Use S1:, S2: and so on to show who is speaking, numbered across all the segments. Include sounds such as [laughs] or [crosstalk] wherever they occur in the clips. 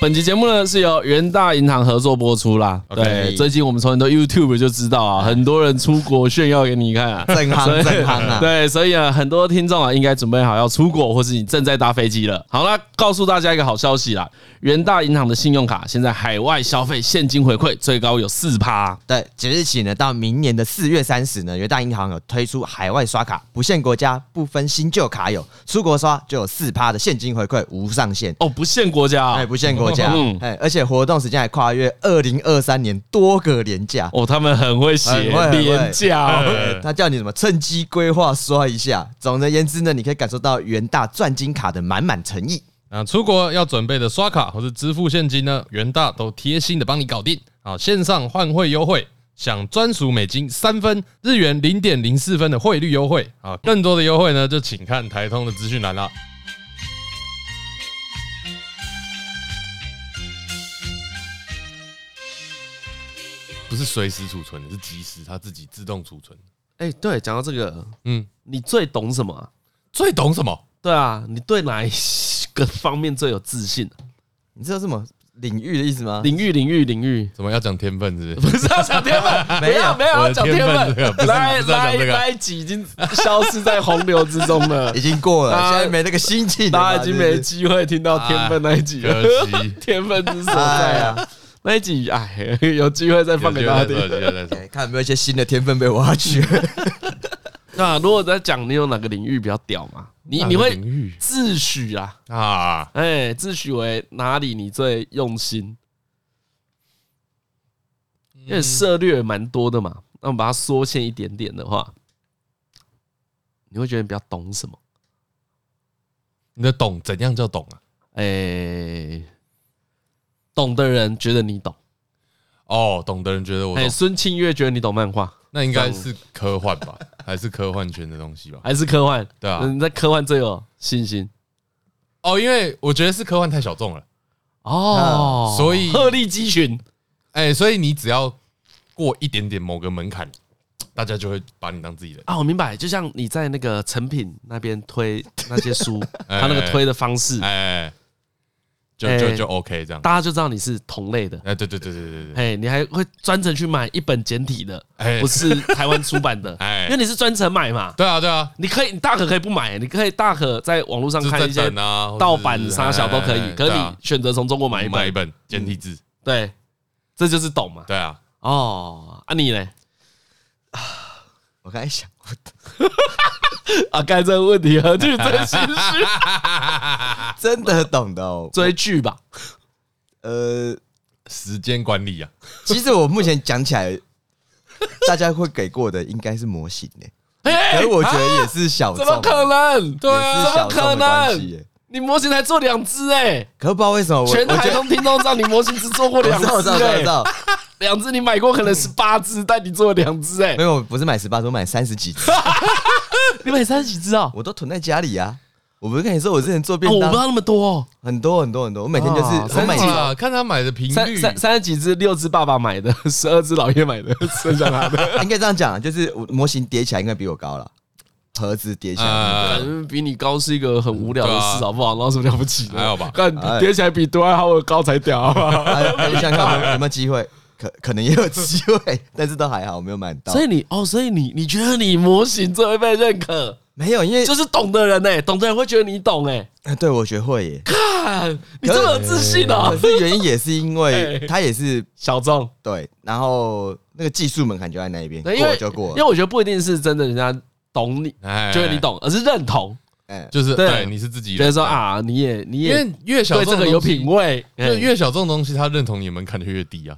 S1: 本期节目呢是由元大银行合作播出啦。
S2: OK
S1: 对，最近我们从很多 YouTube 就知道
S3: 哎
S1: 啊，很多人出国炫耀给你看
S3: [laughs]
S1: 啊，
S3: 正
S1: [laughs]
S3: 夯
S1: 所以
S3: 正夯啊
S1: 对，所以啊，很多听众啊，应该准备好要出国，或是你正在搭飞机了。好啦，告诉大家一个好消息啦，元大银行的信用卡现在海外消费现金回馈最高有四趴。
S3: 对，即日起呢，到明年的四月三十呢，元大银行有推出海外刷卡，不限国家，不分新旧卡友，出国刷就有四趴的现金回馈，无上限。
S1: 哦，不限国家、
S3: 哎，
S1: 啊。
S3: 不限国家
S1: 嗯，
S3: 哎，而且活动时间还跨越二零二三年多个年假。
S1: 哦，他们很会写
S3: 很哎会很哎会
S1: 廉价哦，
S2: 呃
S3: 他叫你什么趁机规划刷一下。总而言之呢，你可以感受到元大钻金卡的满满诚意。
S2: 啊，出国要准备的刷卡或是支付现金呢，元大都贴心的帮你搞定。啊，线上换汇优惠，享专属美金三分、日元零点零四分的汇率优惠。啊，更多的优惠呢，就请看台通的资讯栏啦。不是随时储存的，是即时，它自己自动储存。
S1: 哎、对，讲到这个，
S2: 嗯，
S1: 你最懂什么啊、
S2: 最懂什么？
S1: 对啊，你对哪一个方面最有自信、啊？
S3: 你知道什么领域的意思吗？
S1: 领域，领域，领域。
S2: 怎么要讲天分是不是？ [laughs]
S1: 不是要讲天分， [laughs] 没有没有
S2: 我
S1: 要
S2: 的
S1: 讲
S2: 天分
S1: 分
S2: 这个不是，
S1: 来
S2: 不是要讲
S1: 来
S2: 这个
S1: 来一集已经消失在洪流之中 [laughs] 了
S3: 已，经过了，
S1: 大家
S3: 现在没那个心情了嘛，
S1: 啊大家已经没机会听到天分那一集了。，
S2: 可惜
S1: [laughs] 天分之所
S3: 在
S1: 在啊，
S3: 啊。
S1: 那一集哎，有机会再放给大家
S2: 有机会
S1: 听。
S2: 再说有机会再说
S3: 哎看有没有一些新的天分被
S1: [laughs]
S3: 挖掘。
S1: 那如果在讲你有哪个领域比较屌嘛？你你
S2: 哪
S1: 会
S2: 个领域
S1: 自诩啊？
S2: 啊？
S1: 哎，自诩为哪里你最用心？
S2: 嗯
S1: 因为涉略蛮多的嘛，那我们把它缩限一点点的话，你会觉得你比较懂什么？
S2: 你的懂怎样叫懂啊？
S1: 哎、懂的人觉得你懂，
S2: 哦，懂的人觉得我
S1: 哎、
S2: 懂，
S1: 孙庆月觉得你懂漫画，
S2: 那应该是科幻吧，还是科幻圈的东西吧？
S1: 还是科幻？
S2: 对啊
S1: 嗯你在科幻最有信心
S2: 哦，因为我觉得是科幻太小众了，
S1: 哦
S2: 所以
S1: 鹤立鸡群，
S2: 哎，所以你只要过一点点某个门槛，大家就会把你当自己人。
S1: 啊，我明白，就像你在那个成品那边推那些书，
S2: [laughs] 哎
S1: 他那个推的方式，
S2: 哎，就
S1: 哎
S2: 就就 OK 这样。
S1: 大家就知道你是同类的。
S2: 哎，对对对对对对，
S1: 哎，你还会专程去买一本简体的，
S2: 哎
S1: 不是台湾出版的，
S2: 哎
S1: 因为你是专程买嘛。
S2: 对啊对啊，
S1: 你可以，你大可可以不买，你可以大可在网络上
S2: 就
S1: 看一
S2: 正
S1: 些
S2: 版啊，或者
S1: 盗版、
S2: 是
S1: 啥小都可
S2: 哎
S1: 以，可是
S2: 对
S1: 你
S2: 啊
S1: 选择从中国买一
S2: 买一
S1: 本，
S2: 本简体字，
S1: 对，这就是懂嘛。
S2: 对啊，
S1: 哦，啊你嘞？
S3: 我刚才想，
S1: [laughs] 啊，该这个问题何惧真心虚？
S3: 真的懂的哦。
S1: 追剧吧，
S3: 呃，
S2: 时间管理啊，
S3: 其实我目前讲起来，大家会给过的应该是模型呢，
S1: [laughs]
S3: 可
S1: 哎
S3: 是，我觉得也是小
S1: 怎
S3: 众，
S1: 么可能？对
S3: 也
S1: 啊，
S3: 是
S1: 怎么
S3: 小
S1: 可
S3: 众的关系
S1: 能？
S3: 耶。
S1: 你模型才做两只哎，
S3: 可是不知道为什么我，
S1: 全
S3: 我
S1: 台
S3: 觉得
S1: 中听众知道你模型只做过
S3: 我
S1: 两
S3: 知道，我知
S1: 只
S3: 道，我知道我知
S1: 哎，
S3: 道，
S1: 两只你买过可能是八只，但你做了两只哎
S3: 没，有，我不是买十八只，我买三十
S1: [laughs]
S3: 几只，
S1: 你买三十几只啊？
S3: 我都囤在家里啊。我不是跟你说，我之前做
S1: 哦，
S3: 便
S1: 我不
S3: 当
S1: 知道那么多哦，
S3: 很多很多很多，我每天就是
S1: 啊
S3: 我每
S2: 看
S3: 天
S2: 他看他买的频
S1: 三
S2: 率，
S1: 三三十几只，六只爸爸买的， [laughs] 十二只老爷 [laughs] 买的，剩下他的，
S3: 应该这样讲，啊就是我模型叠起来应该比我高了，盒子叠起来。
S2: 呃
S1: 反正嗯比你高是一个很无聊的
S2: 对啊
S1: 事，好不好？然后什么了不起的？
S2: 还好吧
S1: 干
S3: 哎
S1: 叠起来比多爱好我高才屌，好不好？
S3: [laughs] 哎，哎你想想看有没有有没有机会？可可能也有机会，但是都还好，我没有买到
S1: 所。以你哦，所以你你觉得你模型最会被认可，
S3: 没有，因为啊
S1: 就是懂的人呢，懂的人会觉得你懂哎，
S3: 对我学会耶。
S1: 干你这么有自信哦
S3: 可，是原因也是因为
S1: [laughs] 哎
S3: 它也是
S1: 小众。
S3: 对，然后那个技术门槛就在那一边，
S1: 对因为
S3: 过就过
S1: 因为
S3: 了。
S1: 我觉得不一定是真的人家懂你，
S2: 哎
S1: 觉得你，懂，而是认同，
S3: 哎，
S2: 就是
S1: 对
S2: 对，你是自己人
S1: 觉得说，啊，你也你
S2: 因
S1: 也
S2: 为越小
S1: 对
S2: 众
S1: 这个
S2: 的
S1: 有
S2: 东西
S1: 品，味，
S2: 越
S1: 哎
S2: 越小众的东西，他认同你的门槛就越低 [laughs] 啊。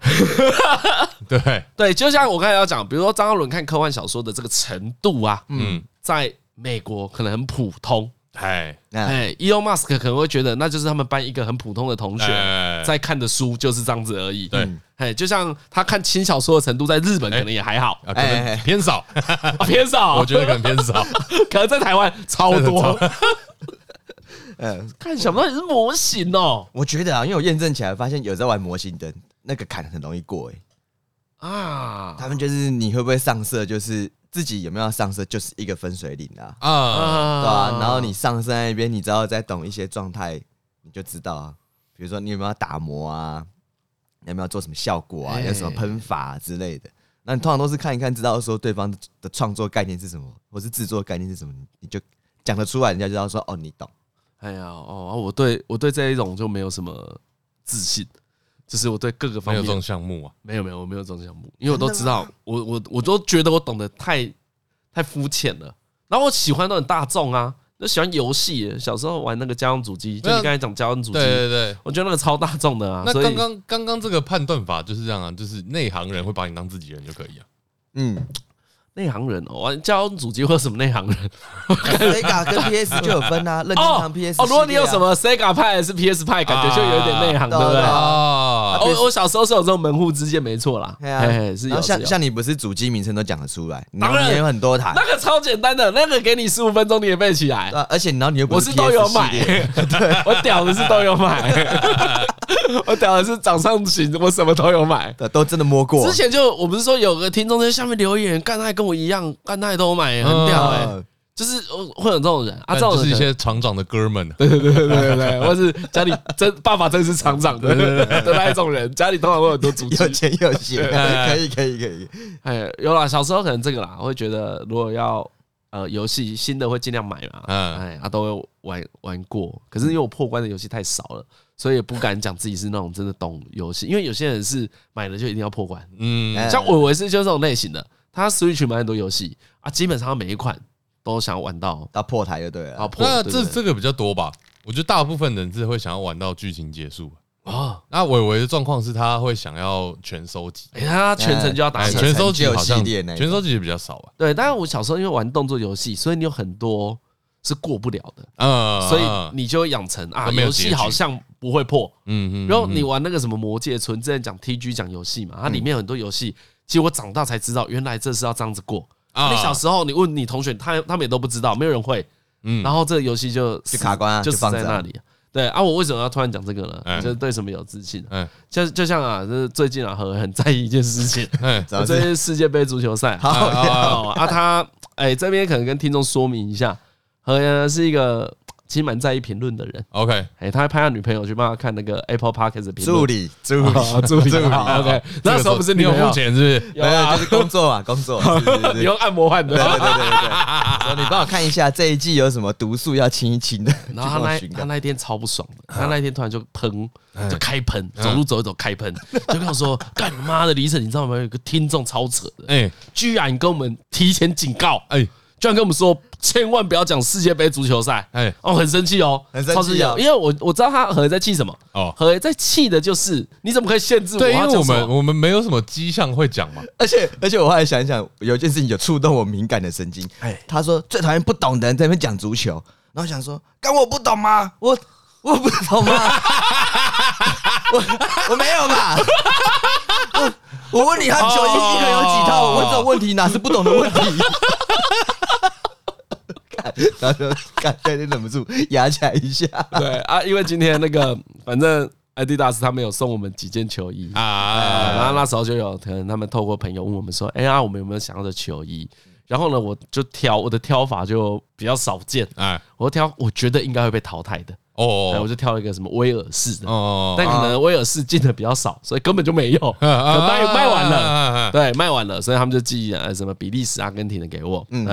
S2: 对，
S1: 对，就像我刚才要讲，比如说张嘉伦看科幻小说的这个程度啊，
S2: 嗯，
S1: 在美国可能很普通，
S2: 哎，
S3: 那
S1: 哎，Elon Musk 可能会觉得那就是他们班一个很普通的同学
S2: 哎
S1: 在看的书就是这样子而已。
S2: 对，
S1: 哎，就像他看轻小说的程度，在日本可能也还好，
S2: 啊，可
S3: 哎哎
S2: 能偏少， [laughs]
S1: 啊偏少，
S2: 哎我觉得可能偏少。
S1: 可能在台湾超多。
S2: 哎
S3: 嗯，
S1: 看，想不到你是模型哦
S3: 我觉得啊，因为我验证起来发现有在玩模型的，那个坎很容易过哎。
S1: 啊
S3: 他们就是你会不会上色，就是自己有没有要上色，就是一个分水岭啊。
S2: [laughs] 啊，
S1: 哦
S3: 对啊，然后你上升那边，你只要再懂一些状态，你就知道啊。比如说你有没有打磨啊，你有没有做什么效果啊，
S1: 哎
S3: 有什么喷法、之类的。那你通常都是看一看，知道说对方的创作概念是什么，或是制作概念是什么，你你就讲得出来，人家就知道说哦，你懂。
S1: 哎呀，哦，啊我对我对这一种就没有什么自信，就是我对各个方
S2: 没有
S1: 面
S2: 这种项目啊，
S1: 没有没有，我没有这种项目，因为我都知道，我我我都觉得我懂得太太肤浅了。然后我喜欢都很大众啊，就喜欢游戏耶。小时候玩那个家用主机，就
S2: 没有
S1: 你刚才讲家用主
S2: 对
S1: 机，
S2: 对对。
S1: 我觉得那个超大众的啊。
S2: 那
S1: 啊所以
S2: 刚刚刚刚这个判断法就是这样啊，就是内行人会把你当自己人就可以啊。
S3: 嗯，
S1: 内行人哦，玩家用主机会有什么内行人？
S3: Sega 跟 PS 就有分啊，任天
S1: [laughs] 哦
S3: 堂 PS
S1: 哦，如果你有
S3: 系列啊
S1: 什么 Sega 派还是 PS 派，感觉就有一点内行，
S3: 啊
S1: 对不对？哦
S3: 对啊
S2: 啊，
S1: 我我小时候是有这种门户之见，没错啦。
S3: 对啊
S1: 嘿嘿是有
S3: 然后
S1: 是
S3: 像
S1: 有。
S3: 像你不是主机名称都讲得出来，然
S1: 当
S3: 后
S1: 然
S3: 你也有很多台，
S1: 那个超简单的，那个给你十五分钟你也背起来
S3: 对。啊而且然后你又不
S1: 我是都有
S3: PS
S1: 买 [laughs]
S3: 系列，
S1: 我屌的是都有买， [laughs] 我屌的是掌上型，我什么都有买。
S3: 对都真的摸过。
S1: 之前就我不是说有个听众在下面留言，干他也跟我一样，干他也都有买，很屌哎、
S3: 嗯
S1: 就是呃会有这种人啊，
S2: 但
S1: 这种
S2: 哎就是一
S1: 人
S2: 些厂长的哥们啊，
S1: 对对对对 [laughs] 对，或是家里真爸爸真是厂长的的那一种人，家里通常会有很多主
S3: [laughs] 有
S1: 机。
S3: 钱有
S1: [laughs]
S3: 闲，
S2: 哎
S3: 可以可以可以。
S1: 哎，有啦，小时候可能这个啦，我会觉得如果要呃游戏新的会尽量买嘛，
S2: 嗯
S1: 哎，啊都会玩玩过，可是因为我破关的游戏太少了，所以也不敢讲自己是那种真的懂游戏，因为有些人是买了就一定要破关，
S2: 嗯，
S3: 哎
S1: 像伟伟是就是这种类型的，他 Switch 买很多游戏啊，基本上他每一款都想要玩到
S3: 到破台就对了
S1: 啊。破，
S2: 嗯那
S1: 对
S2: 这
S1: 不对
S2: 这个比较多吧？我觉得大部分人是会想要玩到剧情结束。
S1: 哦，
S2: 那伟伟的状况是他会想要全收集，
S1: 哎，他全程就要打
S2: 哎
S1: 起来
S2: 全收集
S3: 成就
S2: 好像
S3: 系列那一种
S2: 全收集比较少啊吧？
S1: 对，但是我小时候因为玩动作游戏，所以你有很多是过不了的，
S2: 嗯，
S1: 所以
S2: 嗯
S1: 你就会养成啊，
S2: 都没有
S1: 游
S2: 结局
S1: 戏好像不会破。
S2: 嗯嗯，
S1: 然后你
S2: 嗯
S1: 玩那个什么《魔界村》，之前讲 TG 讲游戏
S3: 嗯
S1: 嘛，它里面有很多游戏，其实我长大才知道，原来这是要这样子过。
S2: 啊
S1: 你小时候你问你同学，他他们也都不知道，没有人会。
S2: 嗯
S1: 然后这个游戏就
S3: 就
S1: 死
S3: 卡关啊
S1: 就
S3: 就
S1: 死
S3: 放
S1: 在
S3: 着啊
S1: 那里。对啊，我为什么要突然讲这个呢？
S2: 嗯
S1: 就是对什么有自信啊？
S2: 嗯
S1: 就就像啊，就是最近啊，很很在意一件事
S3: [laughs]
S1: 情，
S2: 嗯
S3: 怎么
S1: 最
S3: 是？
S1: 近世界杯足球赛， [laughs]
S3: 好
S2: 啊啊啊
S1: 哦，啊他，哎，这边可能跟听众说明一下，何言呢是一个其实蛮在意评论的人，
S2: ，OK，
S1: 哎，他还派他女朋友去帮他看那个 Apple Park 的评论，
S3: 助理助理
S1: 哦助理
S3: 助理
S1: 好，OK，那时候不是
S2: 你
S1: 女
S2: 有
S1: 朋友
S2: 付，钱是不是？
S1: 有
S3: 没有
S1: 啊
S3: 就，是工作嘛，工
S1: [laughs]
S3: 作。是是是
S1: 你用按摩换的
S3: 对对对对，对， [laughs] 说你帮我看一下这一季有什么毒素要清一清的。
S1: 然后他那
S3: 去帮我寻
S1: 他
S3: 看
S1: 那一天超不爽的，他那一天突然就喷，就开喷，走路走一走开喷，就跟我说：“干你妈的，李晨，你知道吗？有个听众超扯的，
S2: 哎
S1: 居然跟我们提前警告，
S2: 哎
S1: 居然跟我们说千万不要讲世界杯足球赛。”
S2: 哎
S1: 哦，很生气哦，
S3: 很生气哦
S1: 超生气哦因为我我知道他何在气什么，
S2: 哦，
S1: 何在气的就是你怎么可以限制我？
S2: 对，因
S1: 要
S2: 为
S1: 讲
S2: 我
S1: 什么
S2: 们我们没有什么迹象会讲嘛，
S3: 而且而且我后来想一想，有一件事情有触动我敏感的神经。
S1: 哎
S3: 他说最讨厌不懂的人在那边讲足球，然后我想说，干我不懂吗？我我不懂吗？ [laughs] 我我没有吧？我我问你，他球衣一个有几套？我问这种问题哪是不懂的问题？ [laughs] 干然后就干，对，忍不住压起来一下。
S1: 对啊，因为今天那个反正 Adidas 他们有送我们几件球衣啊，然
S2: 啊，
S1: 后那时候就有可能他们透过朋友问我们说，哎呀，我们有没有想要的球衣？然后呢，我就挑我的挑法就比较少见，
S2: 哎
S1: 我挑我觉得应该会被淘汰的，然后我
S2: 哦
S1: 就挑了一个什么威尔士的，
S2: 哦，
S1: 但可能威尔士进的比较少，所以根本就没有，可
S2: 啊
S1: 卖卖完了。
S2: 了，
S1: 对，卖完了，所以他们就寄呃什么比利时、阿根廷的给我，嗯，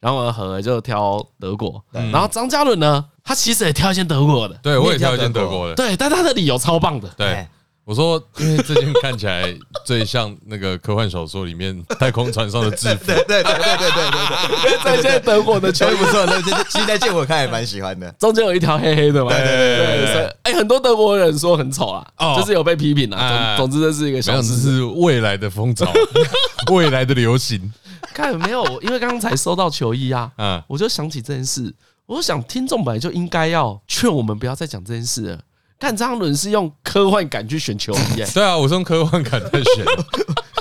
S1: 然后呢，何就挑德国，然后张嘉伦呢，他其实也挑一件德国的，
S2: 对我也挑一件德国的，
S1: 对，但他的理由超棒的，
S2: 对
S3: 哎。
S2: 我说，因为这件看起来最像那个科幻小说里面太空船上的制服，
S3: [laughs] 对对对对对对对对。
S1: 在现在德国的球
S3: 球衣
S1: 衣
S3: 不错，那 [laughs] 这其实那件我看也蛮喜欢的。
S1: 中间有一条黑黑的嘛，对
S2: 对对对
S1: 所以哎，很多德国人说很丑啊，
S2: 哦
S1: 就是有被批评
S2: 哎
S1: 啊，总总之这是一个
S2: 没
S1: 小
S2: 有，
S1: 事
S2: 这
S1: 情。
S2: 是未来的风潮，未来的流行。
S1: 看没有，因为刚才收到球衣啊，
S2: 嗯，
S1: 我就想起这件事，我就想听众本来就应该要劝我们不要再讲这件事了。但张伦是用科幻感去选球
S2: [laughs]
S1: 衣、哎。
S2: 对啊，我是用科幻感哎在选，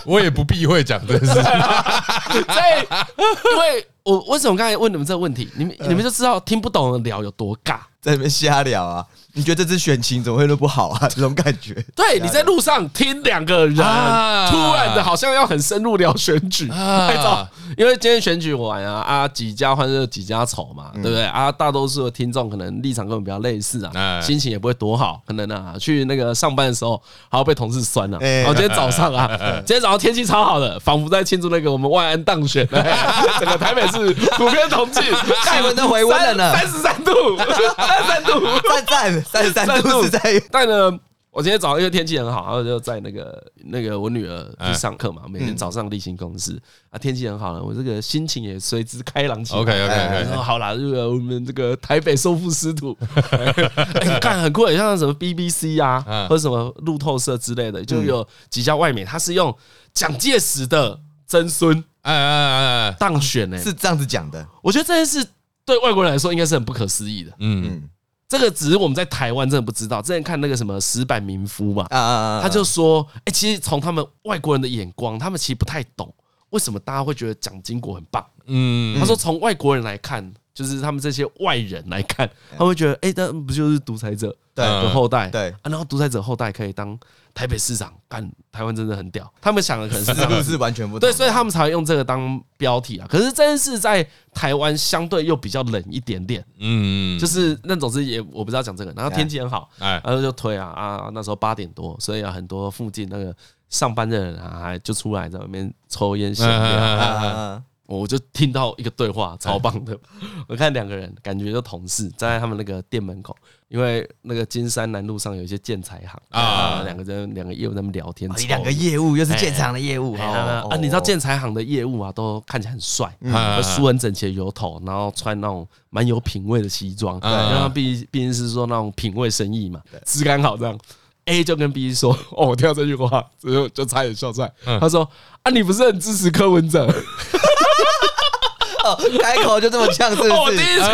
S2: 我也不避讳讲这件事情。
S1: 所以，因为我我为什么刚才问你们这个问题？你们你们就知道听不懂的聊有多尬。
S3: 在那边瞎聊啊！你觉得这支选情怎么会那么不好啊？ [laughs] 这种感觉，
S1: 对，你在路上听两个人，突
S2: 啊
S1: 然的好像要很深入聊选举，
S2: 啊
S1: 太早。因为今天选举完啊，啊几家欢乐几家愁嘛，
S3: 嗯
S1: 对不对？啊，大多数的听众可能立场跟我们比较类似啊，
S2: 哎
S1: 心情也不会多好，可能啊去那个上班的时候还要被同事酸啊。
S3: 哎
S1: 我今天早上
S3: [laughs]
S1: 啊，今天早上天气超好的，仿佛在庆祝那个我们万安当选， [laughs] 整个台北市普遍统计，
S3: [laughs] 气温都回温了呢
S1: 三十三度，三十三度。
S3: 赞赞三 [laughs] 十三度是在
S1: 但呢，我今天早上因为天气很好，然后就在那个那个我女儿去上课嘛，每天早上例行公事啊，天气很好了，我这个心情也随之开朗起来。
S2: OK
S1: 我
S2: OK
S1: 说
S2: OK，
S1: 好啦，这个我们这个台北收复失土， [laughs] 哎干、很酷，像什么 BBC 啊，
S2: 嗯
S1: 或者什么路透社之类的，就有几家外媒，他是用蒋介石的曾孙
S2: 哎哎哎哎，
S1: 当选呢、
S3: 是这样子讲的，
S1: 我觉得这件事对外国人来说应该是很不可思议的。
S2: 嗯，
S3: 嗯
S1: 这个只是我们在台湾真的不知道。之前看那个什么石板民夫嘛，
S3: 啊啊啊啊
S1: 他就说，哎、其实从他们外国人的眼光，他们其实不太懂为什么大家会觉得蒋经国很棒。
S2: 嗯，
S1: 他说，从外国人来看，就是他们这些外人来看，他们会觉得，哎、那不就是独裁者
S3: 对
S1: 的后代？
S3: 对
S1: 啊，然后独裁者后代可以当台北市长，干台湾真的很屌。他们想的可
S3: [laughs]
S1: 能是这
S3: 思
S1: 样
S3: 路
S1: 子。
S3: 是完全不同
S1: 对，
S3: 的，
S1: 所以他们才会用这个当标题啊。可是这件事在台湾相对又比较冷一点点，
S2: 嗯，，
S1: 就是是那总之也我不知道讲这个，然后天气很好，
S2: 哎，
S1: 然后就推啊啊，那时候八点多，所以啊很多附近那个上班的人啊，还就出来在外面抽烟
S2: 哎
S1: 闲
S2: 嗯
S1: 聊。
S3: 啊啊啊
S1: 我就听到一个对话，超棒的。我看两个人，感觉就同事，站在他们那个店门口，因为那个金山南路上有一些建材行啊
S2: 啊，
S1: 两个人两个业务在那边聊天
S3: 啊，
S1: 抽
S3: 两个业务又是建厂的业务
S1: 哎啊
S3: 哦
S1: 啊！你知道建材行的业务啊，都看起来很帅，
S2: 嗯
S1: 梳很整齐的油头，然后穿那种蛮有品味的西装，
S2: 嗯
S1: 然后毕毕竟是说那种品味生意嘛，质感好这样。A 就跟 B 说：“ [laughs] 哦，我听到这句话，就就差点笑出来。”
S3: 嗯
S1: 他说：“啊，你不是很支持柯文哲？”
S3: 哦 [laughs] 开口就这么呛，是
S1: [laughs] 哦我
S3: 不
S1: 第一
S3: 是？
S1: 次，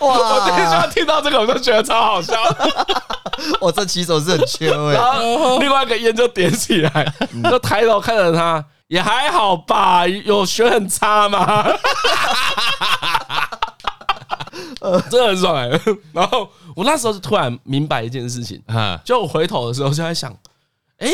S1: 我第一
S3: 哇，
S1: 次听到这个，我就觉得超好笑。
S3: 我哦这骑手是很缺位，
S1: [laughs] 然后啊另外一个烟就点起来，就抬头看着他，也还好吧，有学很差吗？真的很爽哎、然后我那时候就突然明白一件事情，
S2: 啊，
S1: 就我回头的时候就在想，哎、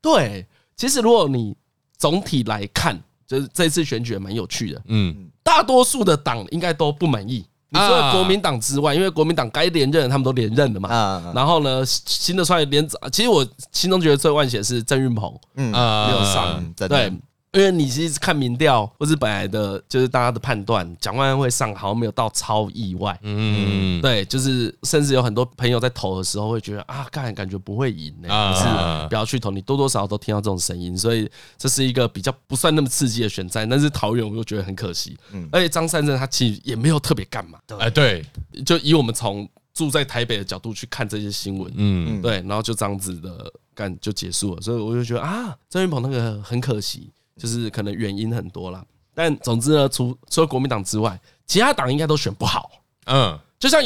S1: 对，其实如果你总体来看，就是这次选举也蛮有趣的，
S2: 嗯，
S1: 大多数的党应该都不满意。你除了
S2: 啊
S1: 国民党之外，因为国民党该连任的他们都连任了嘛，
S3: 啊
S1: 然后呢，新新的出来连长，其实我心中觉得最万险是郑运鹏
S3: 嗯
S2: 啊，
S1: 没有上
S3: 嗯，真的
S1: 对，因为你其实看民调或是本来的，就是大家的判断，蒋万安会上好像没有到超意外，
S2: 嗯，
S1: 对，就是甚至有很多朋友在投的时候会觉得啊，干感觉不会赢呢、
S2: 啊
S1: 还是不要去投，你多多少少都听到这种声音，所以这是一个比较不算那么刺激的选战，但是桃园我又觉得很可惜，而且张善政他其实也没有特别干嘛，
S2: 哎，对，
S1: 就以我们从住在台北的角度去看这些新闻，
S2: 嗯，
S1: 对，然后就这样子的干就结束了，所以我就觉得啊，郑云鹏那个很可惜，就是可能原因很多啦。但总之呢，除除了国民党之外，其他党应该都选不好，
S2: 嗯，
S1: 就像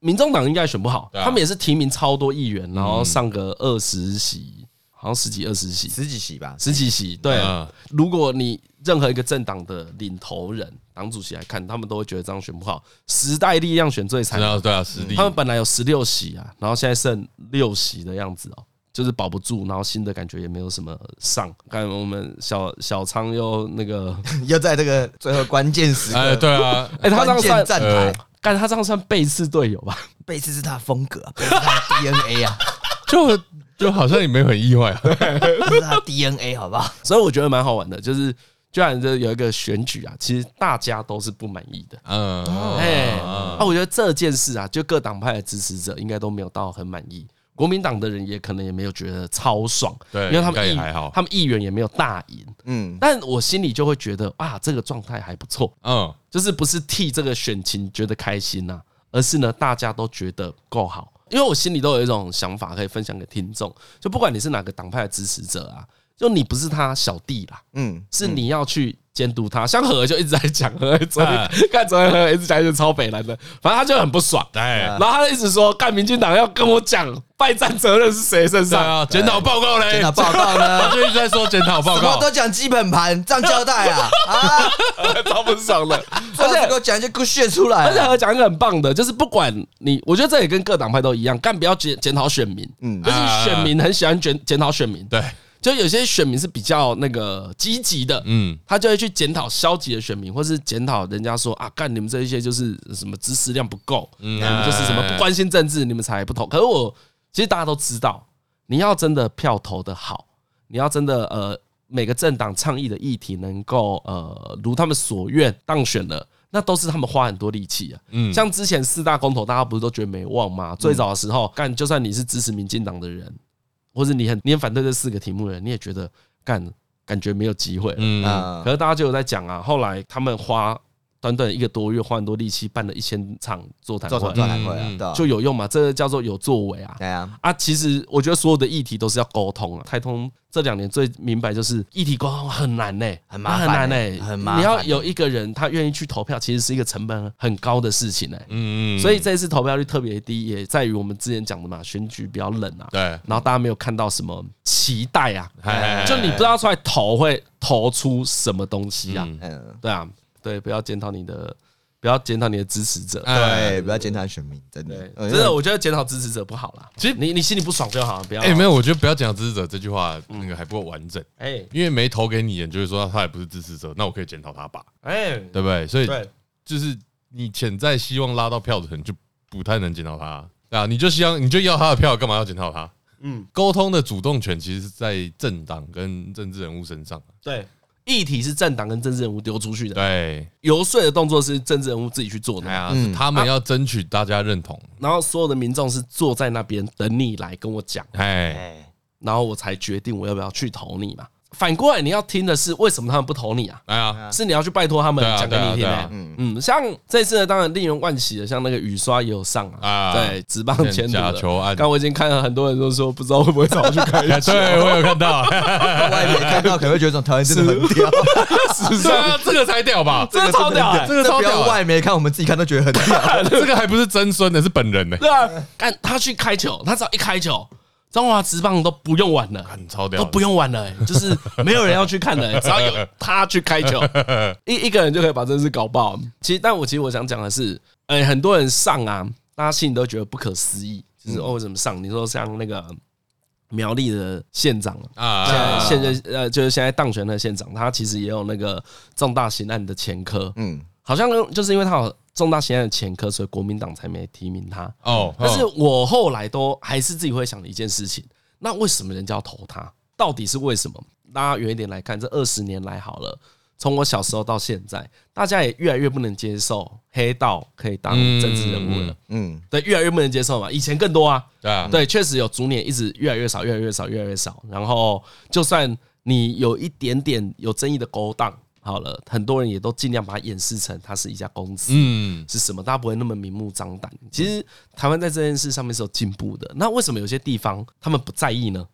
S1: 民众党应该选不好，
S2: 对啊嗯
S1: 他们也是提名超多议员，然后上个二十席，好像十几二十席，
S3: 十几席吧， [laughs]
S1: 十几席。对
S2: 嗯，
S1: 如果你任何一个政党的领头人、党主席来看，他们都会觉得这样选不好。时代力量选最惨，
S2: 然后对啊，实力
S1: 他，们本来有十六席啊，然后现在剩六席的样子哦，就是保不住，然后新的感觉也没有什么上。刚才我们小小仓又那个，
S3: 又在这个最后关键时
S2: 哎，
S3: 刻，
S2: 对啊，
S1: [laughs] 哎、他这
S3: 关
S1: 样
S3: 键
S1: 算，
S3: 站台
S2: 呃，
S1: 干他这样算背刺队友吧？ [laughs]
S3: 贝斯是他的风格啊，贝斯是他的 DNA 啊， [laughs]
S2: 就就好像也没有很意外啊，
S3: 这是他的 DNA 好不好？
S1: 所以我觉得蛮好玩的，就是居然这有一个选举啊，其实大家都是不满意的。
S2: 嗯，
S1: 哎、啊，我觉得这件事啊，就各党派的支持者应该都没有到很满意。国民党的人也可能也没有觉得超爽，
S2: 对
S1: 因为他
S2: 应该
S1: 们
S2: 也
S1: 议
S2: 还好
S1: 他们议员也没有大赢，
S3: 嗯，
S1: 但我心里就会觉得啊，这个状态还不错，
S2: 嗯，
S1: 就是不是替这个选情觉得开心呐、而是呢大家都觉得够好。因为我心里都有一种想法可以分享给听众，就不管你是哪个党派的支持者啊，就你不是他小弟啦，
S3: 嗯，
S1: 是你要去监督他。像何就一直在讲何，昨天看昨天何一直讲一些超北蓝的，反正他就很不爽。
S2: [laughs] 哎，
S1: 然后他一直说，干民进党要跟我讲败战责任是谁身
S2: 对
S1: 上，
S2: 啊，检讨报告嘞
S1: 哎
S3: [laughs] 检，讨报告呢
S2: 他？就一直在说检讨报
S3: 什么
S2: 告
S3: 都，讲基本盘，这样交代啊啊！
S1: 超不爽的。
S3: 而且给我讲一些 good shit 出来
S1: 而且
S3: 啊，
S1: 何讲一个很棒的，就是不管你，我觉得这也跟各党派都一样，干不要检检讨选民，嗯，就是选民很喜欢检检讨选民，
S2: 对，
S1: 就有些选民是比较那个积极的，
S2: 嗯，
S1: 他就会去检讨消极的选民，或是检讨人家说啊，干你们这一些就是什么知识量不够，嗯，就是什么不关心政治，你们才不投。可是我其实大家都知道，你要真的票投的好，你要真的呃每个政党倡议的议题能够呃如他们所愿当选了。那都是他们花很多力气啊，嗯，像之前四大公投，大家不是都觉得没望吗？最早的时候，干就算你是支持民进党的人，或者你很你很反对这四个题目的人，你也觉得干感觉没有机会了，
S2: 嗯，
S3: 嗯
S1: 可，是大家就有在讲啊，后来他们花短短一个多月，花很多力气办了一千场座谈
S3: 做
S1: 会
S3: 团，座谈会啊
S2: 嗯，
S3: 对啊
S1: 就有用嘛？这个叫做有作为啊。
S3: 对啊，
S1: 啊，其实我觉得所有的议题都是要沟通啊。开通这两年最明白就是议题沟通很难呢、
S3: 很麻
S1: 很难
S3: 烦
S1: 呢、
S3: 欸很麻烦
S1: 你要有一个人他愿意去投票，其实是一个成本很高的事情呢、欸
S2: 嗯，
S1: 所以这一次投票率特别低，也在于我们之前讲的嘛，选举比较冷啊。
S2: 对，
S1: 然后大家没有看到什么期待啊，
S2: 哎
S1: 就你不知道出来投会投出什么东西啊。
S2: 嗯
S3: 嗯，
S1: 对啊，对，不要检讨你的，不要检讨你的支持者。
S2: 哎
S3: 对，不要检讨选民，真的
S1: 对，，
S3: 嗯
S1: 真的，，我觉得检讨支持者不好啦。
S2: 其实
S1: 你你心里不爽就好，不要。
S2: 哎，没有，我觉得不要讲支持者这句话，那个还不够完整，
S1: 哎
S2: 因为没投给你的人就会说他也不是支持者，那我可以检讨他吧，
S1: 哎，
S2: 对不对？所以
S1: 对，
S2: 就是你潜在希望拉到票的人就不太能检讨他，对啊，你就希望你就要他的票，干嘛要检讨他？
S1: 嗯，
S2: 沟通的主动权其实是在政党跟政治人物身上，
S1: 对，议题是政党跟政治人物丢出去的，
S2: 对，
S1: 游说的动作是政治人物自己去做
S2: 哎
S1: 的，
S2: 呀，
S3: 嗯
S2: 是他们要争取大家认同，
S1: 然后所有的民众是坐在那边等你来跟我讲，
S2: 哎，
S3: 哎，
S1: 然后我才决定我要不要去投你嘛。反过来你要听的是为什么他们不投你啊？
S2: 哎呀，
S1: 是你要去拜托他们
S2: 对啊
S1: 讲给你听
S2: 对
S1: 的、
S2: 啊对啊
S1: 嗯嗯，像这次呢，当然令人惋惜的，像那个雨刷也有上啊，
S2: 啊
S1: 对，职棒前途
S2: 假
S1: 的。
S2: 球案，哎
S1: 刚我已经看了很多人都说不知道会不会找我去
S2: [laughs]
S1: 看
S2: 对啊我有看到，
S3: 我也没看到，可能会觉得这种讨厌真的很屌，
S1: 史
S2: [laughs] 对啊，这个才屌吧？
S1: 这个超屌欸，
S2: 这个超
S3: 不
S2: 屌
S3: 要
S2: 欸 [laughs]
S3: 外媒看，我们自己看都觉得很屌，
S2: 这个还不是真孙的，是本人呢，
S1: 对啊，干他去开球，他只要一开球，中华职棒都不用玩了。
S2: 很超屌
S1: 都
S2: 的，
S1: 不用玩了、欸就是没有人要去看了、欸只要有他去开球，一一个人就可以把这事搞爆。其实，但我其实我想讲的是，哎、很多人上啊，大家心里都觉得不可思议，就是哦，为什么上？你说像那个苗栗的县长啊，现在
S2: 啊，
S1: 现任呃，就是现在当选的县长，他其实也有那个重大刑案的前科，
S3: 嗯，
S1: 好像就是因为他有重大刑案的前科，所以国民党才没提名他。
S2: 哦，
S1: 但是
S2: 哦
S1: 我后来都还是自己会想的一件事情，那为什么人家要投他？到底是为什么？拉远一点来看，这二十年来好了，从我小时候到现在，大家也越来越不能接受黑道可以当政治人物了，
S3: 嗯，
S1: 对，越来越不能接受嘛。以前更多啊，
S2: 对啊，
S1: 对，确实有逐年一直越来越少，越来越少，越来越少。然后就算你有一点点有争议的勾当，好了，很多人也都尽量把它掩饰成它是一家公司。
S2: 嗯，
S1: 是什么，大家不会那么明目张胆。其实台湾在这件事上面是有进步的，那为什么有些地方他们不在意呢？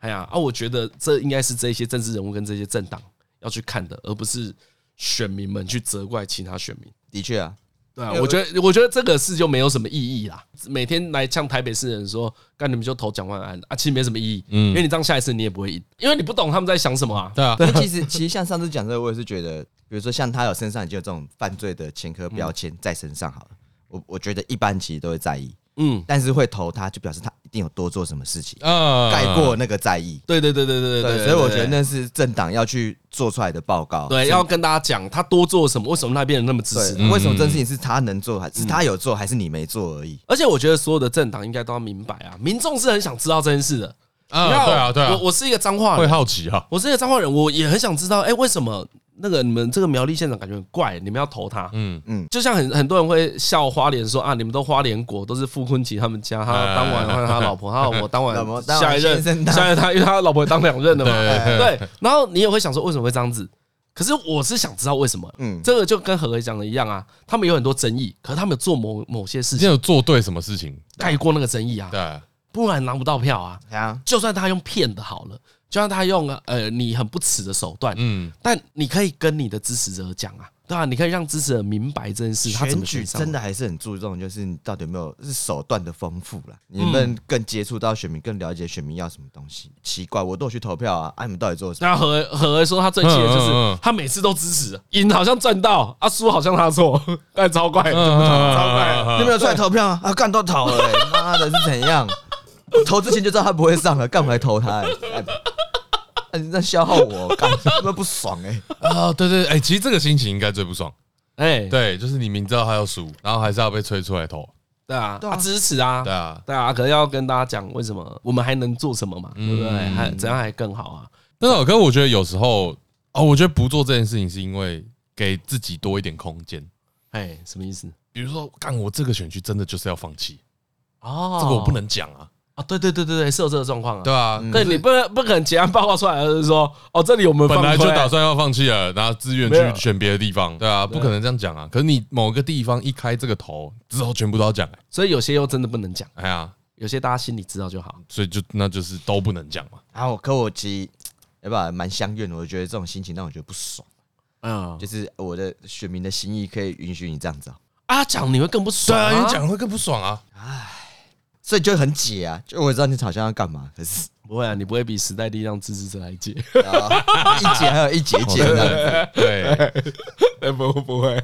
S1: 哎呀，啊，我觉得这应该是这些政治人物跟这些政党要去看的，而不是选民们去责怪其他选民。
S3: 的确啊，
S1: 对啊，我觉得我觉得这个事就没有什么意义啦。每天来呛台北市人说，干你们就投蒋万安啊，其实没什么意义，
S3: 嗯
S1: 因为你这样下一次你也不会赢，因为你不懂他们在想什么啊。
S2: 对啊，
S3: 因为其实其实像上次讲这个，我也是觉得，比如说像他有身上已经有这种犯罪的前科标签在身上好了，我我觉得一般其实都会在意，
S1: 嗯，
S3: 但是会投他就表示他一定有多做什么事情，
S2: 啊，
S3: 盖过那个在意。
S1: 对对对对对
S3: 对，所以我觉得那是政党要去做出来的报告。
S1: 对要嗯跟大家讲他多做什么，为什么那边人那么支持他
S3: 对，为什么这件事情是他能做，还
S1: 嗯
S3: 是他有做，还是你没做而已？
S1: 而且我觉得所有的政党应该都要明白啊，民众是很想知道这件事的。你看
S2: 啊，对啊，对啊
S1: 我，我是一个彰化
S2: 会
S1: 人，
S2: 好奇啊，
S1: 我是一个彰化人，我也很想知道，哎，为什么那个你们这个苗栗县长感觉很怪，你们要投他？
S2: 嗯
S3: 嗯
S1: 就像很很多人会笑花莲说啊，你们都花莲国都是傅昆萁他们家，他当晚
S2: 啊
S1: 换他老婆，他老婆当
S3: [laughs] 老婆
S1: 晚
S3: 当晚
S1: 下一任
S3: 先生当
S1: 下一任他，因为他老婆也当两任的嘛，
S2: 对
S1: 对。然后你也会想说为什么会这样子？可是我是想知道为什么，
S3: 嗯
S1: 这个就跟何何讲的一样啊，他们有很多争议，可是他们有做某某些事
S2: 你
S1: 情
S2: 有做对什么事情？
S1: 盖过那个争议啊，
S2: 对啊，
S1: 不然拿不到票啊。
S3: 对啊，
S1: 就算他用骗的好了，就让他用呃你很不耻的手段，
S2: 嗯，
S1: 但你可以跟你的支持者讲啊，对吧、你可以让支持者明白这件事，他怎
S3: 选
S1: 么
S3: 举
S1: 选上
S3: 真的还是很注重，就是你到底有没有是手段的丰富啦，你
S1: 嗯
S3: 们更接触到选民，更了解选民要什么东西。奇怪，我都有去投票啊，哎、你们到底做了什么？
S1: 那何何说他最气的就
S2: 嗯嗯
S1: 是
S2: 嗯
S1: 他每次都支持，赢好像赚到，啊输好像他错， [laughs] 哎超
S2: 嗯
S1: 怪，超怪。
S3: 你们有出来投票啊？啊，干都投了、欸，妈的是怎样？投之前就知道他不会上了，干嘛还投他、欸？哎、哎你在消耗我，干他妈不爽哎、
S2: 啊，对对，哎，其实这个心情应该最不爽，
S3: 嗯
S1: 哎对
S2: 对，就是你明知道他要输，然后还是要被催出来投，
S1: 对啊，
S3: 对啊
S1: 啊支持啊
S2: 对，啊，
S1: 对啊，可是要跟大家讲为什么我们还能做什么嘛，对
S2: 嗯
S1: 不对？还怎样还更好啊？
S2: 但是，可我觉得有时候，哦，我觉得不做这件事情是因为给自己多一点空间。
S1: 哎，什么意思？
S2: 比如说，干我这个选区真的就是要放弃，
S1: 哦
S2: 这个我不能讲啊，
S1: 啊，对对对对对，是有这个状况啊，
S2: 对啊，
S1: 对你不能不可能结案报告出来，就是说哦，这里我们
S2: 本来就
S1: 放推
S2: 打算要放弃了，然后自愿去选别的地方，对啊，不可能这样讲啊。可是你某个地方一开这个头之后，全部都要讲、欸，
S1: 所以有些又真的不能讲，
S2: 哎呀，
S1: 有些大家心里知道就好。
S2: 所以就那就是都不能讲嘛。
S3: 然后可我其实要不然蛮相怨的，我觉得这种心情让我觉得不爽，
S1: 嗯
S3: 就是我的选民的心意可以允许你这样子、哦，
S1: 啊，讲你会更不
S2: 对
S1: 爽
S2: 啊，你讲会更不
S1: [laughs]
S2: 爽啊。
S3: 所以就很解啊。就我知道你好像要干嘛，可是。
S1: 不会啊，你不会比时代力量支持者还 [laughs] 解。
S3: 啊，一节还有一节节的，
S2: 对，
S1: [laughs] 哎，不不会，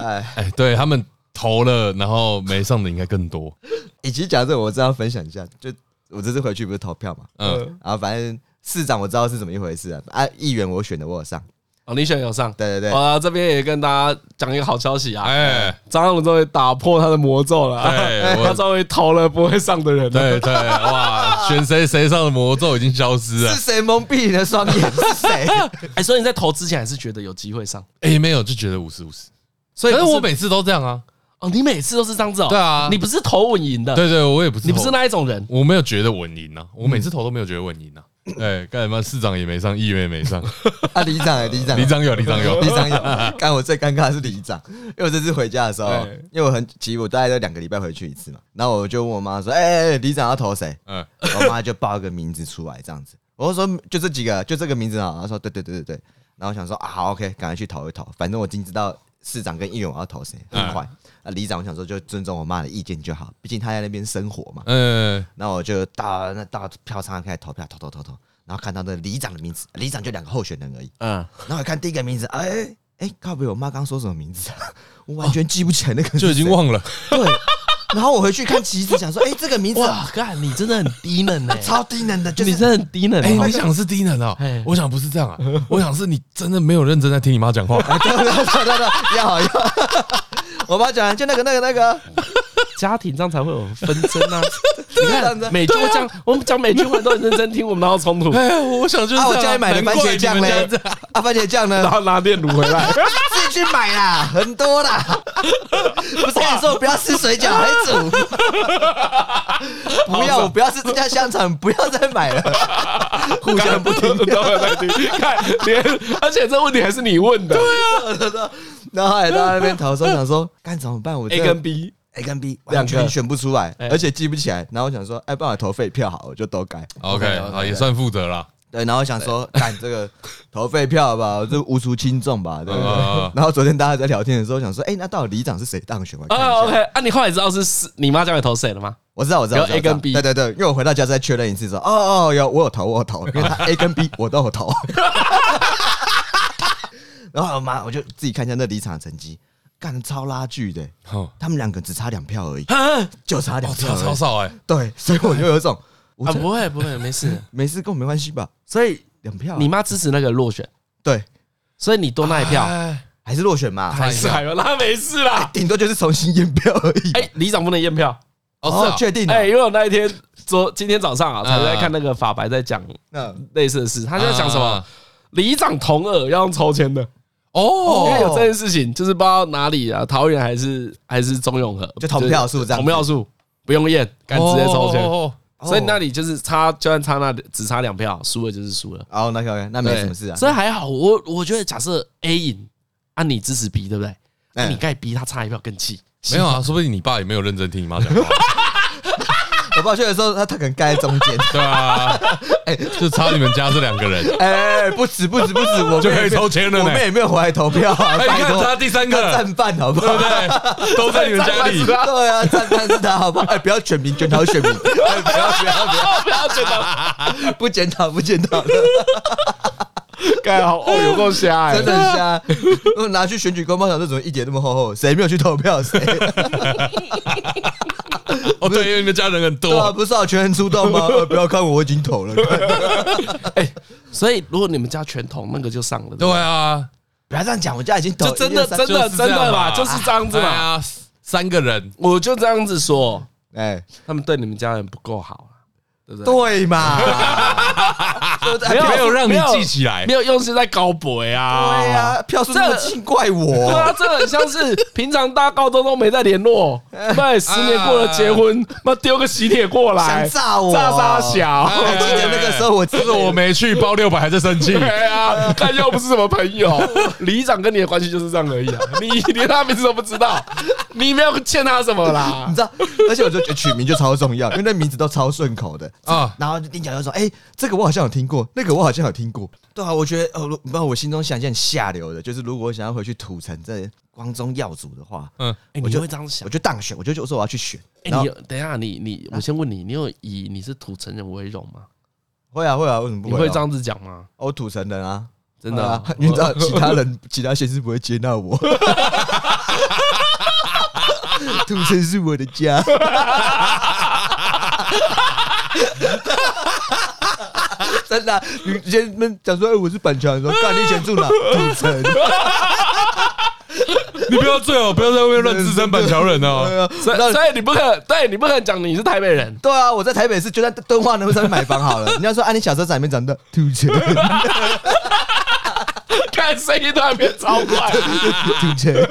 S3: 哎，
S2: 哎，对他们投了，然后没上的应该更多。
S3: 以及假设我这样分享一下，就我这次回去不是投票嘛，
S2: 嗯，
S3: 然后反正市长我知道是怎么一回事啊，啊，议员我选的我有上，
S1: 哦，你选有上。
S3: 对对
S1: 好
S3: 对，
S1: 了，这边也跟大家讲一个好消息啊，
S2: 哎，
S1: 张翰龙终于打破他的魔咒了，啊 [laughs]
S2: 对我
S1: 他终于投了不会上的人了。
S2: 对对，哇，选谁谁上的魔咒已经消失了
S3: 是。谁蒙蔽你的双眼？是谁？
S1: 哎，所以你在投之前还是觉得有机会上，
S2: 哎，没有就觉得五十五十，
S1: 所以
S2: 可是
S1: 不
S2: 我每次都这样啊。
S1: 哦，你每次都是这样子哦。
S2: 对啊
S1: 你不是投稳赢的，
S2: [laughs] 对对，我也不是投，
S1: 你不是那一种人。
S2: 我没有觉得稳赢啊，我每次投都没有觉得稳赢 [laughs] 啊。哎，干什么？市长也没上，议员也没 [laughs] 上，
S3: 啊，里长，里长，
S2: 里，长有，里长有
S3: 里。长有。刚我最尴尬的是里长，因为我这次回家的时候
S1: 对，
S3: 因为我很，其实我大概在两个礼拜回去一次嘛，然后我就问我妈说，哎，里长要投谁？
S2: 嗯，
S3: 我妈就报一个名字出来这样子。我就说就这几个，就这个名字啊。她说对对对对对。然后我想说啊，好 OK，赶快去投一投，反正我已经知道市长跟议员我要投谁，很快。啊，里长我想说就尊重我妈的意见就好，毕竟她在那边生活嘛。
S2: 嗯，
S3: 然后我就到那到票仓开始投票，投投投投，然后看到那里长的名字，里长就两个候选人而已。
S1: 嗯，
S3: 然后我看第一个名字，哎哎，靠北，我妈刚说什么名字啊？我完全记不起来那个，
S2: 就已经。 [laughs] 忘了。
S3: 对。然后我回去看旗子，想说，哎，这个名字啊
S1: 哇，干，你真的很低能 [laughs] 呢，
S3: 超低能的，就是
S1: 你真的很低能。哦
S2: 哎，
S1: 好
S2: 你想是低能啊
S1: 哎？
S2: 我想不是这样 [laughs] 啊，我想是你真的没有认真在听你妈讲话。
S3: 对对对对，要好要。我妈讲就那个那个那个，
S1: 家庭这样才会有纷争啊。你
S3: 这样子
S1: 看每句话讲，我们讲每句话都很认真听，我们哪有冲突？
S2: 哎，我想就是这
S3: 啊，
S2: 样
S3: 我家里买的番茄酱嘞，啊，番茄酱呢
S1: 然，后拿炼乳回来，
S3: 自己去买啦，很多啦。不是跟你说我不要吃水饺，还煮？不要，我不要吃这家香肠，不要再买了。 [laughs] 互相不听，
S1: 都有在听。看，连而且这问题还是你问的，
S3: [laughs] 然后还到那边
S1: [laughs]
S3: 投说想说，干怎么办？我这
S1: A
S3: 个
S1: 跟 B。
S3: A 跟 B
S1: 两个
S3: 完全选不出来，
S1: 哎
S3: 而且记不起来。然后我想说，哎，帮我投废票好了，我就都改。
S1: 哦
S2: OK，好，也算负责啦。
S3: 对，然后想说，干这个投废票吧，这无足轻重吧，对不对
S2: 嗯？
S1: 哦
S3: 然后昨天大家在聊天的时候，想说，哎，那到底里长是谁当选？我看
S1: 啊
S3: 一
S1: ，OK，
S3: 下。
S1: 啊，你后来知道是是你妈叫你投谁了吗？
S3: 我知道，我知道，
S1: 有
S3: 我知道
S1: A 跟 B
S3: 对对对，因为我回到家再确认一次，说，哦哦，有我有投，我
S1: [laughs]
S3: 有投，因为他 A 跟 B 我都有投。 [laughs] 然后我妈，我就自己看一下那离场成绩，干超拉锯的，
S2: [laughs] 好，
S3: 他们两个只差两票而已，
S1: 啊，
S3: 就差两
S2: 哦，
S3: 票而
S2: 超哦超
S3: 已。
S2: 少啊哎，
S3: 对，所以我就有一种，我这
S1: 不会不会，没事。
S3: 没事，跟我没关系吧？
S1: 所以
S3: 两票啊，
S1: 你妈支持那个落选，
S3: 对，
S1: 所以你多那一票，
S2: 哎
S3: 还是落选嘛，啊
S1: 还是还有，那没事啦。
S3: 顶多就是重新验票而已。
S1: 哎，里长不能验票，
S2: 哦，是啊
S3: 确定的、
S1: 哎，因为我那一天昨今天早上啊，才在
S2: 嗯
S1: 看那个法白在讲
S2: 哦
S3: 嗯，
S1: 类似的事，他就在讲什么
S2: 啊
S1: 里长同额要用抽签的，因为
S2: 哦，
S1: 有这件事情，就是不知道哪里啊，桃园还是还是中永和，
S3: 就同票数这样子
S1: 同票数不用验，敢直接抽签，
S2: 哦。
S3: 哦
S1: 所以那里就是差，就算差那只差两票，输了就是输了，
S3: 哦，那个那没什么事啊。
S1: 所以还好，我我觉得假设 A 赢，啊你支持 B 对不啊对？那
S3: 嗯
S1: 你盖 B 他差一票更气， [laughs]
S2: 没有啊，说不定你爸也没有认真听你妈讲话。
S3: 我跑去的时候，他他可能盖在中
S2: [laughs]
S3: 间。
S2: 对啊，哎，就差你们家这两个人，
S3: 哎，不止不止不
S2: [laughs]
S3: 止，我
S2: 就
S3: 妹
S2: 可以
S3: 也没有
S2: 抽签了呢
S3: 我妹也没有回来投票啊，
S2: 哎，你
S3: 拜
S2: 看
S3: 托
S2: 他，第三
S3: 他
S2: 个，
S3: 战犯好不
S2: 对啊
S3: 好
S2: 不？对？都在你们家里，
S1: [laughs]
S3: 对啊，赞叹是他，好不好？哎，不要选民检讨选民，哎，不要不要不
S2: [laughs]
S3: 要
S1: 不要觉得
S3: [laughs] 不检讨不检讨的，
S4: 盖好哦，有够瞎
S1: 欸
S4: 哎
S3: 真！的很瞎。如果拿去选举公报上，这怎么一叠那么厚厚？谁没有去投票？ [laughs] 谁？
S2: 哦，对，因为你们家人很
S3: 对啊，
S2: 多，
S3: 不是啊，全员出动 [laughs] 吗？呃不要看我，我已经投了。
S1: 哎所以如果你们家全同，那个就上了。
S2: 对啊，
S3: [laughs] 不要这样讲，我家已经投
S1: 就真的
S3: 1 2 3
S1: 真的
S2: 就是这
S1: 真
S2: 样
S1: 的
S2: 嘛
S1: 嘛，就是这样子
S2: 对
S1: 嘛。
S2: 啊，三
S1: [laughs]
S2: 个人，
S1: 我就这样子说，
S3: 哎，
S1: 他们对你们家人不够好啊，对不对？
S3: [laughs] 对啊嘛？对不对
S2: 没有让你
S1: 没有
S2: 记起来
S1: 没，有用心在高博啊。
S3: 对呀、票数那么轻，怪
S1: 对
S3: 我。
S1: 啊，这个很像是平常大家高中都没在联络， [laughs] 那十年过了结婚，那丢个喜帖过来，
S3: 想炸我
S1: 炸杀小。
S3: 还记得那个时候我真
S2: 这
S3: 的
S2: 个我没去，包六百还在生气，
S1: 对啊，但又不是什么朋友，里长跟你的关系就是这样而已啊！你 [laughs] 连他名字都不知道，你没有欠他什么啦
S3: 你。知道，而且我就觉得取名就超重要，因为那名字都超顺口的
S2: 啊
S3: 啊。然后就丁角就说：“哎、这个我好像有听过，那个我好像有听过。”对啊，我觉得呃，如不知道我心中想一些很下流的，就是如果我想要回去土城这光宗耀祖的话，
S2: 嗯，
S1: 我哎就会这样想
S3: 我。就当选，我就就说我要去选。
S1: 哎，
S3: 然后
S1: 你有等一下，你你，我先问你，你有以你是土城人为荣吗？
S3: 会啊会啊，为什么不
S1: 你
S3: 会
S1: 会
S3: 啊？
S1: 这样子讲吗？
S3: 哦？我土城人啊，
S1: 真的啊 [laughs]
S3: 啊，你知道其他人 [laughs] 其他县市不会接纳我。 [laughs] 土城是我的家， [laughs] 真的啊、你你先们讲说，哎、我是板桥，
S1: [laughs]
S3: 你说，干你以前住哪？土城， [laughs]
S2: 你不要醉哦，不要在外面乱自称板桥人
S1: [laughs]
S2: 哦。
S3: 对啊
S1: 所以所以你不可，对你不可讲你是台北 [laughs] 人。
S3: 对啊，我在台北市就在敦化南路上面买房好了。人家说，啊，你小时候在哪边长大？土城， [laughs]
S1: 看声音突然变超 [laughs] 快，
S3: 土城。 [laughs]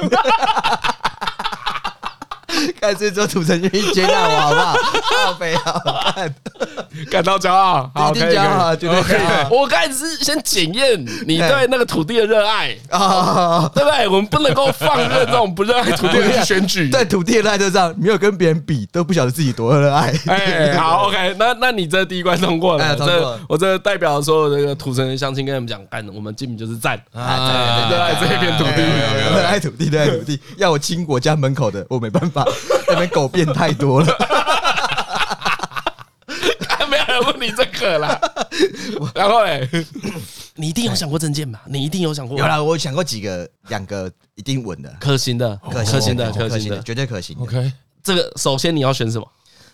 S3: 看这周土城愿意接纳我好不好？ [laughs] 靠北啊，看。
S1: 感到骄傲。好，
S3: 一
S1: 可
S3: 定
S1: 以。
S3: 骄
S1: 可
S3: 傲，绝对骄傲
S1: 以我刚才是先检验你对那个土地的热爱，
S3: 啊！
S1: 对不对？我们不能够放任这种不热爱土地的去选举。 [laughs]
S3: 对土地的热爱就这样，没有跟别人比，都不晓得自己多热爱。
S1: 哎，好，OK，那那你这第一关通过
S3: 哎
S1: 了，
S3: 通过
S1: 这
S3: 了
S1: 我这代表所有这个土城的乡亲跟他们讲，干，我们进民就是赞， [laughs]
S2: 啊
S1: 热爱这片土地
S2: 哎哎哎
S3: 热爱土地，热爱土地。要我亲我家门口的，我没办法，那边狗变太多了。
S1: 哎没有人问你这个 [laughs] 啦。然后嘞， [laughs] 你一定有想过证件吧？你一定有想过吧
S3: 有啦，我想过几个，两个一定稳的，
S1: 可行的，可行的，可
S3: 可
S1: 行的。
S3: 绝对可行的。
S2: OK，
S1: 这个首先你要选什么？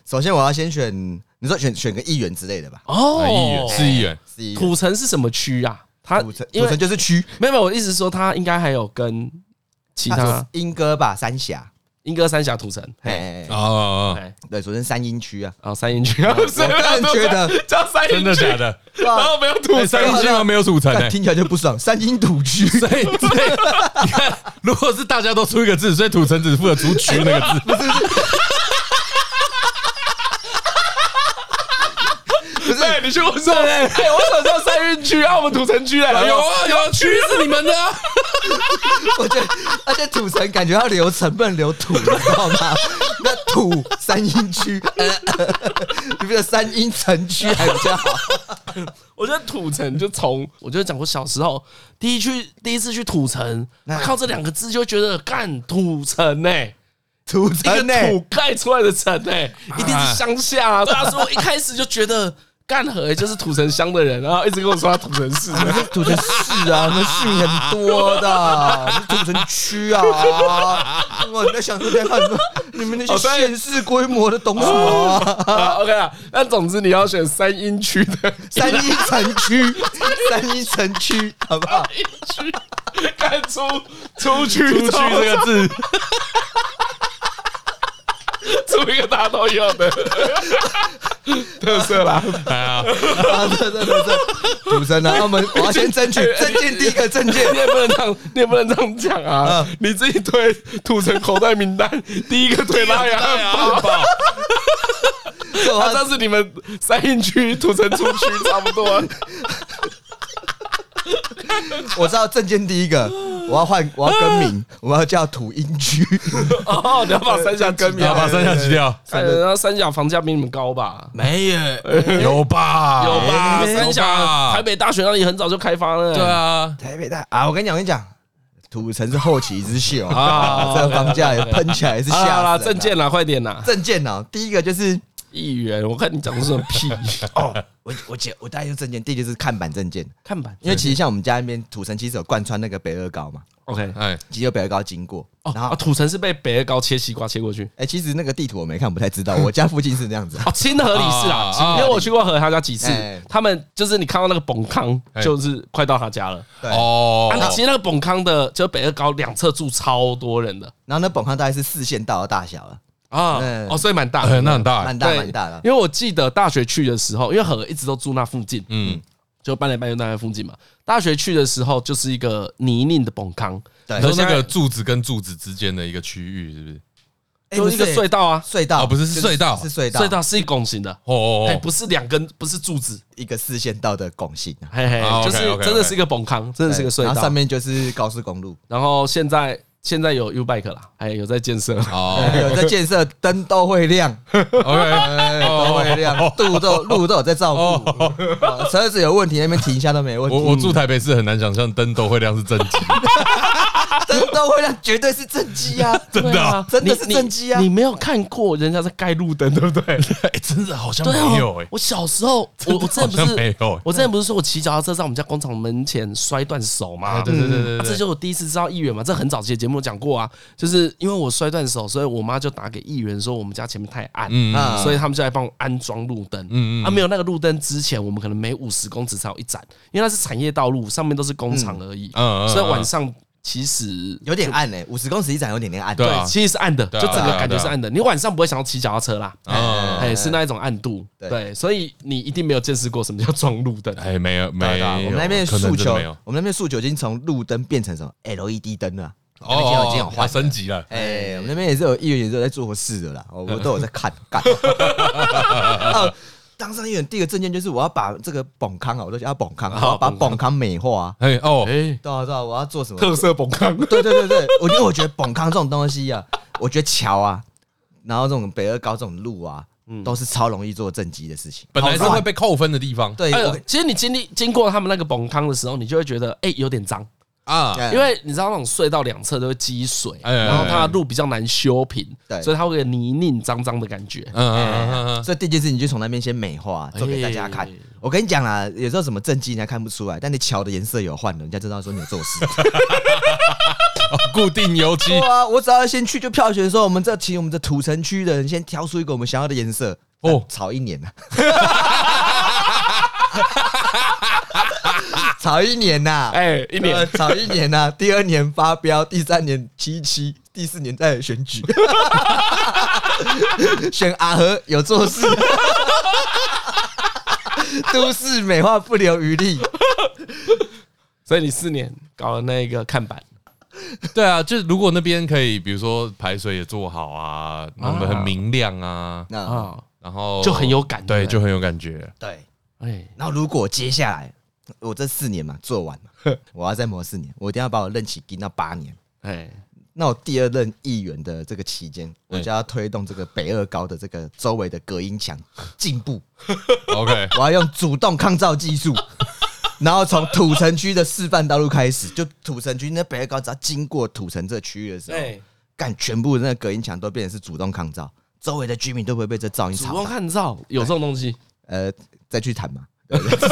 S3: 首先我要先选，你说选选个议员之类的吧。
S1: 哦哎
S2: 啊议员是议员，
S3: 是议员
S1: 土城是什么区啊？它
S3: 土城，
S1: 因
S3: 土
S1: 为
S3: 城就是区，
S1: 没有没有，我意思是说它应该还有跟其
S3: 啊
S1: 他
S3: 莺歌吧，三峡。
S1: 莺歌三峡土城，
S3: 哎，哎哎
S2: 哦，
S1: 哎，
S3: 对，首先三英区啊，
S1: 然后三英区， [laughs] 我
S3: [laughs] 我个人觉得
S1: 叫三
S2: 真
S1: 英
S2: 的
S1: 区，
S2: 假的？
S1: 然后没有土
S2: 哎
S1: 城
S2: 三，英竟然没有组成
S3: 干
S2: 哎，
S3: 听起来就不爽。三英土区，
S2: [laughs] 所以所以 [laughs] 你看，如果是大家都出一个字，所以土城只负责出区那
S1: [laughs]
S2: 个字， [laughs]
S1: 对，你去问
S3: [laughs]
S1: 说，哎，我手叫三英区，啊，我们土城区嘞，
S2: 有啊有啊，区是你们
S1: [laughs]
S2: 的啊，
S3: 我觉得， [laughs] 而且土城感觉要留成分留土，你知道吗？那土三英区， [laughs] 呃你不是三英城区还比较好？
S1: 我觉得土城就从，我就讲我小时候第一去第一次去土城，
S3: 那
S1: 靠这两个字就觉得干土城欸呢、
S3: 土
S1: 一
S3: 城呢、
S2: [laughs]
S1: 个土盖出来的城呢、嗯 [laughs] 一定是乡下 [laughs] 啊。对啊，所以我一开始就觉得干河欸就是土城乡的人，然后一直跟我说 [laughs] 他土城市的。
S3: 土城市啊，那市民很多的，啊是土城区啊。我在想说，看你们那些
S1: 哦对
S3: 县市规模的懂什么
S1: [laughs]
S3: 啊、
S1: 好 OK 啊，那总之你要选三英区的
S3: 三英城
S2: [laughs]
S3: 区，三英城区，好不好？
S1: 英区，看出出去
S2: 出区这个字，
S1: 出一个大家都有 [laughs] 的特色啦。
S2: 哎呀，
S3: 啊，对对对对，土城啊，那我们我要先争取证件，第一个证件
S1: 你。也不能这样，你也不能这样讲啊！你自己推土城口袋名 [laughs] 单，第一个推拉
S3: 啊
S1: 雅汉堡，
S3: 这我
S1: [laughs] 啊，
S3: 要
S1: 这是你啊们三英区土城出区差不多。
S3: 我知道证件第一个，我要换，我要更名，我要叫土英居，
S1: [laughs] 哦，你要把三峡
S3: 更
S1: 挤
S3: 名
S1: 掉
S2: 要把三峡挤掉，
S1: 看人家哎三峡房价比你们高吧？
S2: 没有，有吧？
S1: 有吧？
S3: 哎
S1: 三峡台
S2: 还
S1: 北大学那里很早就开发了、
S2: 对，啊，
S3: 台北大啊！我跟你讲，我跟你讲，土城是后起之秀
S1: 啊
S3: 啊，这个房价也喷起来是吓死人
S1: 好
S3: 啊
S1: 啦，证件啦，快点啦！
S3: 证件呢，第一个就是
S1: 议员，我看你讲的是什么 [laughs] 屁？
S3: 哦，我我姐我带就是证件，第一个就是看板证件，
S1: 看板，
S3: 因为其实像我们家那边土城其实有贯穿那个北二高嘛，
S1: OK，
S2: 哎，
S3: 其实有北二高经过，
S1: 哦，
S3: 然后
S1: 啊土城是被北二高切西瓜切过去，
S3: 哎、其实那个地图我没看，不太知道，我家附近是那样子啊。
S1: 哦，亲和里是
S2: 啊
S1: 啊，亲因为我去过和他家几次
S3: 哎，
S1: 他们就是你看到那个崩康
S2: 哎，
S1: 就是快到他家了。
S3: 对
S2: 哦
S1: 啊，那其实那个崩康的，就是北二高两侧住超多人的
S3: 然后那本康大概是四线道的大小了，
S1: 啊
S3: 哎，
S1: 哦，所以蛮大
S2: 哎
S1: 的，
S2: 那很大，
S3: 蛮大
S1: 对
S3: 蛮大的。啊
S1: 因为我记得大学去的时候，因为和一直都住那附近，
S2: 嗯，
S1: 就搬来搬去那附近嘛。大学去的时候就是一个泥泞的崩康，
S3: 对
S2: 你说那个柱子跟柱子之间的一个区域是不是？
S3: 哎
S1: 就一个
S3: 不是
S1: 隧道啊，
S3: 隧道
S2: 哦不是是
S3: 就
S2: 隧道
S3: 是隧道，
S1: 隧道是一拱形的，
S2: 哦哦
S1: 哎，
S2: 哦，
S1: 不是两根，不是柱子，
S3: 一个四线道的拱形啊，
S1: 嘿嘿
S2: 啊，
S1: 就
S2: OK，OK，
S1: 是
S2: OK
S1: 真的是一个崩康，真的是一个隧
S3: 然后
S1: 道
S3: 上。面就是高速公路，
S1: 然后现在现在有 U Bike 啦，哎，有在建设。哎
S2: 哦
S3: 有在建设，灯都会亮，
S2: ，OK，
S1: 哎
S2: 哦
S3: 都会亮，路都路都有在照顾，啊车子有问题那边停一下都没问
S2: 我
S3: 题，
S2: 哦我住台北市很难想象灯都会亮是正极，
S3: 灯都会亮，绝 [laughs] 对是正机啊，
S2: 真的啊
S3: [laughs] 真的是正机啊
S1: 你你没有看过人家在盖路灯，对不对？
S2: 哎，真的好像
S1: 对
S3: 啊
S2: 没有
S1: 哦
S2: 哎，，
S1: 我小时
S2: [laughs]
S1: 候，我我之前不
S2: 好像没
S1: 是
S2: 有哎
S1: 我之前不是说我骑脚踏车在我们家工厂门前摔断手
S2: 啊
S1: 吗？
S2: 对对对对
S1: 啊
S3: 嗯
S2: 对，
S1: 这就我第一次知道议员嘛，这很早期的节目讲过啊，就是因为我摔断手，所以我妈就打给议员说我们家前面太暗，
S2: [laughs] 嗯
S3: 啊
S1: 所以他们就来帮我安装路灯。
S2: 嗯嗯
S1: 啊，没有那个路灯之前，我们可能每五十公尺才有一盏，因为那是产业道路，上面都是工厂而已，
S2: 嗯嗯
S1: 所以晚上其实
S3: 有点暗嘞，欸五十公尺一盏有点点暗，
S2: 对啊
S1: 其实是暗的，
S2: 对
S1: 就
S2: 啊
S1: 整个
S2: 对啊
S1: 感觉
S2: 对啊
S1: 是暗的。你晚上不会想要骑脚踏车啦，
S2: 嗯，
S1: 哎，是那一种暗度，
S3: 对
S1: 对，所以你一定没有见识过什么叫装路灯。
S2: 哎，没有没
S3: 对
S2: 有，
S3: 啊我们那边
S2: 可
S3: 的
S2: 能
S3: 诉
S2: 真的
S3: 求
S2: 没有，，
S3: 我们那边的诉求已经从路灯变成什么 LED 灯了啊，那边已经有
S2: 哦
S3: 已经有换了
S2: 升级了，
S3: 哎、我们那边也是有议员，也是有在做事的啦，哦我们都有在看干。啊当上议员第一个证件就是我要把这个崩康啊，我都叫它崩康，我要把崩康美化啊。
S2: 哎哦，
S1: 哎，
S3: 对啊对啊，我要做什么？
S1: 特色崩康，
S3: 对对对对，我因为我觉得崩康这种东西啊，我觉得桥啊，然后这种北二高这种路啊，都是超容易做政绩的事情。
S2: 本来是
S3: 好
S2: 会
S3: 乱
S2: 被扣分的地方
S3: 对，
S1: 哎
S3: 我
S1: 呦，其实你经历经过他们那个崩康的时候，你就会觉得哎、有点脏，
S2: 啊，
S3: 哎
S1: 因为你知道那种隧道两侧都会积水，
S2: 哎哎哎
S1: 然后它的路比较难修平，
S3: 对
S1: 所以它会有泥泞脏脏的感觉。
S2: 嗯嗯嗯嗯，
S3: 所以第一件事你就从那边先美化，做给大家看
S1: 哎。
S3: 我跟你讲啦，有时候什么政绩人家看不出来，但你桥的颜色有换了，人家知道说你有做事。
S2: 哦固定油漆
S3: 对啊，我只要先去就票选说，我们这请我们的土城区的人先挑出一个我们想要的颜色。
S2: 哦
S3: 哦，吵一 [laughs] 年呐、吵一年呐、
S1: 哎、一
S3: 呃
S1: 年
S3: 吵一年呐、第二年发飙，第三年七七，第四年再选举， [laughs] 选阿和有做事， [laughs] 都市美化不留余力，
S1: 所以你四年搞了那个看板，
S2: 对啊，就是如果那边可以，比如说排水也做好啊，弄得很明亮啊，
S3: 那、
S1: 啊，
S2: 然后
S1: 就很有感
S2: 哦对，
S1: 对
S2: 就很有感觉。
S3: 对。
S1: 哎，
S3: 然后如果接下来我这四年嘛做完嘛，我要再磨四年，我一定要把我任期盯到八年。
S1: 哎，
S3: 那我第二任议员的这个期间，我就要推动这个北二高的这个周围的隔音墙 [laughs] 进步， [laughs]
S2: OK，
S3: 我要用主动抗噪技术， [laughs] 然后从土城区的示范道路开始，就土城区那北二高只要经过土城这区域的时候，
S1: 对，
S3: 干全部的那个隔音墙都变成是主动抗噪，周围的居民都不会被这噪音
S1: 主
S3: 吵
S1: 动
S3: 到。
S1: 看照有这种东西，
S3: 呃，再去谈嘛， [laughs] 对不对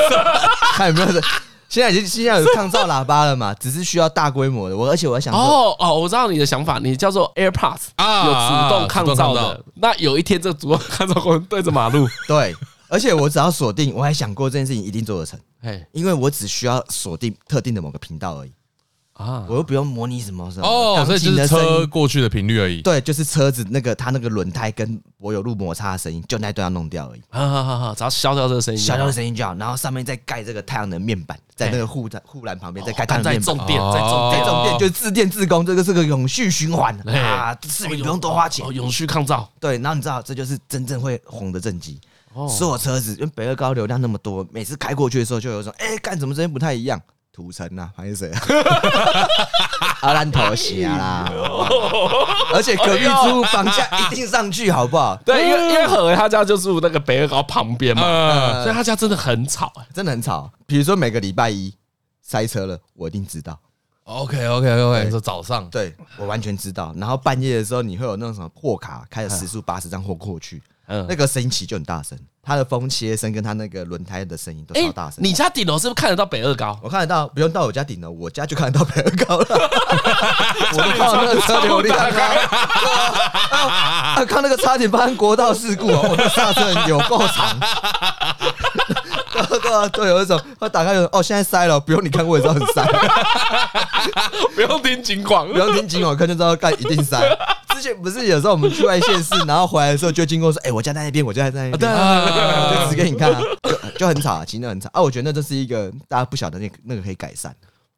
S3: 看有没有人。现在已经现在有抗噪喇叭了嘛，只是需要大规模的。我而且我还想说，
S1: 哦哦，我知道你的想法，你叫做 AirPods
S2: 啊
S1: 有主动抗
S2: 主动抗
S1: 噪
S2: 噪
S1: 的。那有一天，这主动抗噪功能对着马
S3: [laughs]
S1: 路，
S3: 对，而且我只要锁定，我还想过这件事情一定做得成，
S1: 哎
S3: 因为我只需要锁定特定的某个频道而已，
S1: 啊，
S3: 我又不用模拟什么什么
S2: 哦，所
S3: 钢
S2: 以就
S3: 琴
S2: 是
S3: 的声
S2: 车
S3: 音，
S2: 过去的频率而已。
S3: 对，就是车子那个它那个轮胎跟柏油路摩擦的声音，就那一段要弄掉
S2: 哦
S3: 而已，
S1: 好好好好，只要消掉这个声音，
S3: 小小的声音就好，然后上面再盖这个太阳能面板，在那个护栏护栏旁边再盖太阳能
S1: 在
S2: 哦
S3: 面板
S1: 重，点，在重
S3: 再
S1: 点，
S3: 重点就是自电自供，这个是个永续循环
S1: 哎
S3: 啊，市民不用多花钱
S1: 哦，。永续抗噪，
S3: 对，然后你知道这就是真正会红的政绩。
S1: 哦
S3: 所有车子，因为北二高流量那么多，每次开过去的时候就有一种，哎、干什么这边不太一样？土城啊，还
S1: [laughs]
S3: 是谁啊？阿兰头鞋
S1: 哎
S3: 啦，而且隔壁租屋房价一定上去，好不好？
S1: 对，因为因为何为他家就住那个北二高旁边嘛，
S3: 嗯
S2: 呃，
S1: 所以他家真的很吵哎、
S3: 真的很吵。比如说每个礼拜一塞车了，我一定知道，
S2: OK OK OK，说早上，
S3: 对我完全知道。然后半夜的时候，你会有那种什么货卡开着时速八十张货过去，
S1: 嗯
S3: 那个声音其实就很大声，它的风切声跟它那个轮胎的声音都超大声。
S1: 你家顶楼是不是看得到北二
S3: [laughs]
S1: 高？
S3: 我看得到，不用到我家顶了，我家就看得到北二高了。我都靠那个车流量啊啊，啊靠那个差点发生国道事故哦，我的刹车有够长。对啊对啊，对，有一种，他打开有一种哦，现在塞了，不用你看我也知道很塞，
S1: 不用听警广
S3: 不用听警网看就知道，干一定塞。之前不是有时候我们去外县市，然后回来的时候就会经过说，哎、我家在那边，我家在那边，
S1: 啊对
S3: [laughs] 就
S2: 啊
S3: 指给你看、啊，就就很吵、啊，其实很吵啊。我觉得那这是一个大家不晓得那个那个可以改善，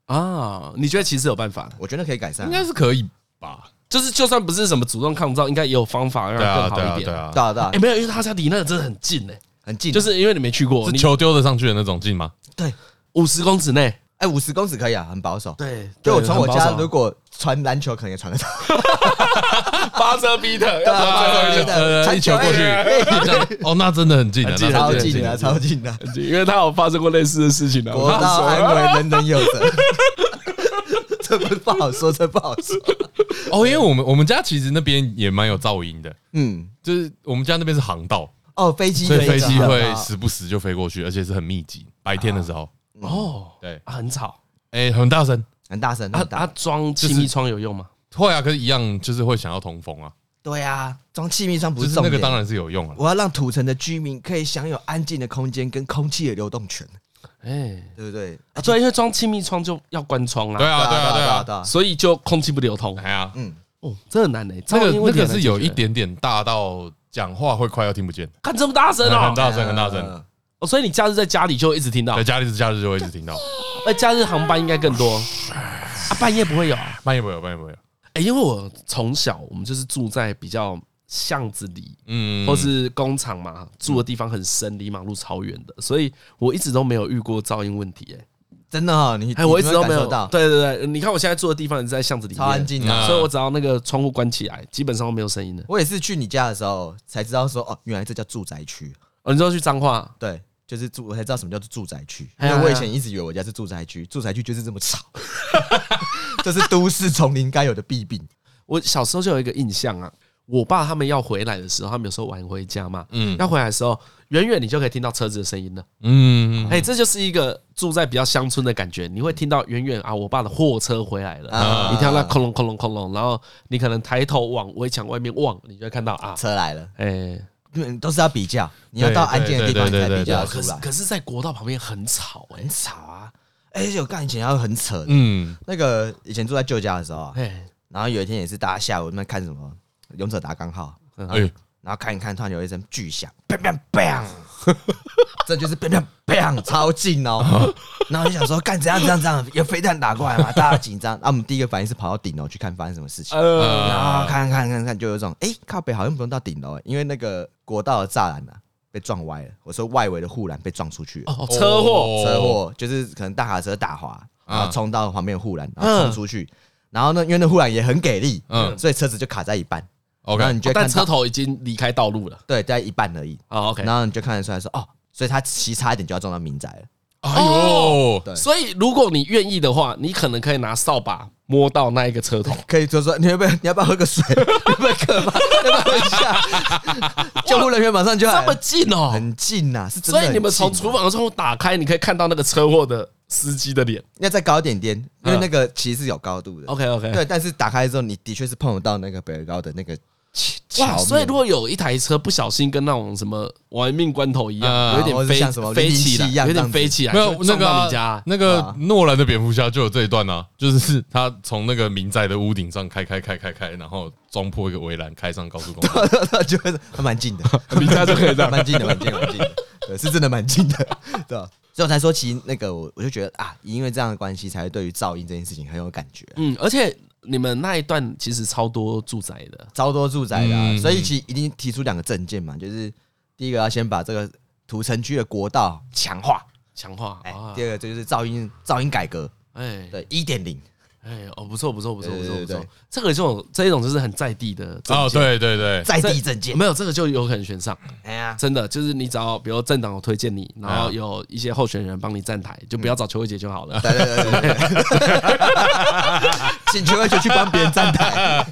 S1: 啊！你觉得其实有办法，
S3: 我觉得可以改善啊、
S2: 应该是可以吧？
S1: 就是就算不是什么主动抗噪，应该也有方法让
S2: 对
S1: 它更
S2: 啊
S1: 好
S2: 对啊
S1: 一
S2: 对
S1: 点。
S2: 啊，
S3: 对啊对啊
S1: 哎、，没有，因为他家离那个真的很近哎、
S3: 很近，
S1: 就是因为你没去过，
S2: 是
S1: 你
S2: 球丢得上去的那种进吗？
S3: 对，
S1: 五十公尺内。
S3: 哎，五十公尺可以啊，很保守。
S1: 对，
S3: 就我从我家
S1: 果
S3: 如果传篮球，可能也传得到。
S1: 巴车比特，
S3: 对啊哎
S2: 对对对对对一球过去，这样 [laughs] 哦，那真的很近啊，
S1: 很近
S2: 那
S3: 超
S2: 真的很
S3: 近的，
S2: 啊
S3: 超近的。
S1: [laughs] 因为他有发生过类似的事情啊。
S3: 国道安危，人人有责。 [laughs] 这不不好说，这不好说。
S2: 哦，因为我们我们家其实那边也蛮有噪音的，
S3: 嗯，
S2: 就是我们家那边是航道，
S3: 哦，飞机
S2: 所
S3: 飞
S2: 以飞机会
S3: 啊
S2: 时不时就飞过去，而且是很密集，白天的时候，
S1: 哦，
S2: 对，
S1: 啊很吵。
S2: 哎，很大声，
S3: 很大声，
S1: 啊
S3: 很大。
S1: 啊，装气密窗有用吗？
S2: 会啊，可是一样就是会想要通风啊，
S3: 对啊，装气密窗不
S2: 就是是
S3: 重
S2: 那个
S3: 点。
S2: 当然是有用啊，
S3: 我要让土城的居民可以享有安静的空间跟空气的流动权，
S1: 哎，
S3: 对不对？
S1: 啊对，因为装气密窗就要关窗
S2: 对
S1: 啦，
S2: 啊对啊对啊，
S3: 对啊。
S1: 所以就空气不流通。
S2: 哎呀，
S3: 嗯，
S1: 哦，这很难诶，
S2: 那
S1: 噪
S2: 个
S1: 音
S2: 那
S1: 问题
S2: 个
S1: 很难
S2: 是有
S1: 解
S2: 一
S1: 决，
S2: 点点大到讲话会快要听不见，
S1: 看这么大声
S2: 哎很
S1: 哦。
S2: 大声很大声，
S3: 嗯。
S1: 哦，所以你假日在家里就一直听到
S2: 在，家里假日就会一直听到，
S1: 而呃假日航班应该更多。啊，半夜不会有啊。
S2: 半夜不会有半夜不会有，
S1: 哎、因为我从小我们就是住在比较巷子里，
S2: 嗯，
S1: 或是工厂嘛，住的地方很深，离马路超远的，所以我一直都没有遇过噪音问题、哎，
S3: 真的哈，你
S1: 哎，我一直都
S3: 你
S1: 没
S3: 有有
S1: 有
S3: 感受到，
S1: 对对对，你看我现在住的地方也是在巷子里面，
S3: 超啊安静的。
S2: 嗯
S1: 所以我只要那个窗户关起来，基本上都没有声音的。
S3: 我也是去你家的时候才知道说，哦，原来这叫住宅区。
S1: 哦，你知道去彰化，
S3: 对，就是住，我才知道什么叫做住宅区。
S1: 哎
S3: 因
S1: 呀
S3: 为我以前一直以为我家是住宅区，住宅区就是这么吵， [laughs] 这是都市丛林该有的弊病。
S1: 我小时候就有一个印象啊，我爸他们要回来的时候，他们有时候晚回家嘛，
S2: 嗯
S1: 要回来的时候，远远你就可以听到车子的声音了。
S2: 嗯，
S1: 哎，这就是一个住在比较乡村的感觉，你会听到远远啊，我爸的货车回来了。
S3: 啊
S1: 你听到那空隆空隆空隆，然后你可能抬头往围墙外面望，你就会看到啊，
S3: 车来了，
S1: 哎，
S3: 嗯都是要比较，你要到安静的地方你
S2: 对
S3: 才
S2: 对对
S3: 比较得
S1: 可
S3: 出
S1: 是
S3: 来。
S1: 可是，在国道旁边很吵哎
S3: 很吵啊！哎，有干以前还有很扯的。
S2: 嗯，
S3: 那个以前住在舅家的时候啊，
S1: 哎，
S3: 然后有一天也是大家下午在那看什么《勇者达纲号》，
S1: 嗯
S2: 哎，
S3: 然后看一看，突然有一声巨响，bang bang bang，这 [laughs] 就是 bang bang bang，超
S1: [laughs]
S3: 近
S1: 啊
S3: 哦。然后我就想说，干怎样怎样怎样，有飞弹打过来嘛，大家紧张。啊那我们第一个反应是跑到顶楼去看发生什么事情，
S1: 呃，
S3: 然后
S2: 呃，
S3: 看看看看，就有一种哎、靠北好像不用到顶楼，因为那个国道的栅栏啊被撞歪了，我说外围的护栏被撞出去了。
S1: 哦，啊车祸，
S3: 车祸就是可能大卡车打滑，然后冲到旁边的护栏，
S1: 嗯
S3: 然后冲出去，然后呢，因为那护栏也很给力，
S2: 嗯
S3: 所以车子就卡在一半，然后
S2: ，OK，
S3: 你就会
S1: 哦但
S3: 看到
S1: 车头已经离开道路了。
S3: 对，在一半而已，
S1: 哦，OK，
S3: 然后你就看得出来说，哦，所以他其实差一点就要撞到民宅了。
S2: 哎呦，
S3: 对
S1: 所以如果你愿意的话，你可能可以拿扫把摸到那一个
S3: [laughs]
S1: 车头。
S3: 可以就说，你要不要你要不要喝
S1: [laughs]
S3: 个水？你会渴吗？要不要喝一下？救护人员马上就来
S1: 这么
S3: 了，
S1: 近哦，
S3: 很近呐、是真的
S1: 所
S3: 很近啊。
S1: 以你们从厨房的窗户打开，你可以看到那个车祸的司机的脸。
S3: 要再高一点点，因为那个其实是有高度的。
S1: 嗯 OK OK，
S3: 对，但是打开之后，你的确是碰得到那个北尔高的那个桥
S1: 哇，
S3: 面
S1: 所以如果有一台车不小心跟那种什么玩命关头一样，
S2: 嗯
S1: 有一点
S3: 或者是
S1: 飞
S3: 像什么
S1: 飞起
S3: 零
S1: 来
S3: 零七一，样
S1: 有
S3: 这
S1: 点
S3: 样子
S1: 飞起来，
S2: 没有
S1: 就
S2: 那
S1: 撞
S2: 个
S1: 到
S2: 啊
S1: 你家。
S2: 那
S3: 对
S2: 个
S3: 啊
S2: 诺兰的蝙蝠侠就有这一段呢、啊，就是他从那个民宅的屋顶上开开开开开，然后撞破一个围栏，开上高速公
S1: [laughs]
S2: 路。
S3: 就是还蛮近的，
S1: 你家就可以这样
S3: 蛮近的，蛮近的，蛮近的，对，是真的蛮近的， [laughs] 对吧？所以我才说，其实那个我我就觉得啊，因为这样的关系，才会对于噪音这件事情很有感觉。
S1: 嗯，而且你们那一段其实超多住宅的，
S3: 超多住宅的、啊，
S2: 嗯
S3: 所以其实一定提出两个证件嘛，就是第一个要先把这个土城区的国道强化，
S1: 强化
S3: 哎，
S1: 啊，
S3: 第二个这就是噪音噪音改革，
S1: 哎
S3: 对，一
S1: [laughs]
S3: 点零，
S1: 哎哦，不错不错不错不
S3: 对
S1: 错
S3: 对
S1: 不
S3: 对
S1: 错
S3: 对，
S1: 这个这种这一种就是很在地的政
S2: 哦，
S1: 见，
S2: 对对对，
S3: 在地证件，
S1: 没有这个就有可能选上，
S3: 哎呀，
S1: 真的就是你只要比如政党有推荐你，然
S3: 啊
S1: 后
S2: 嗯
S1: 有一些候选人帮你站台，就
S3: 嗯
S1: 不要找邱慧姐就好
S3: [laughs]
S1: 了。
S3: 对对对对对，
S1: [laughs]
S3: 请求就去帮别人站台，。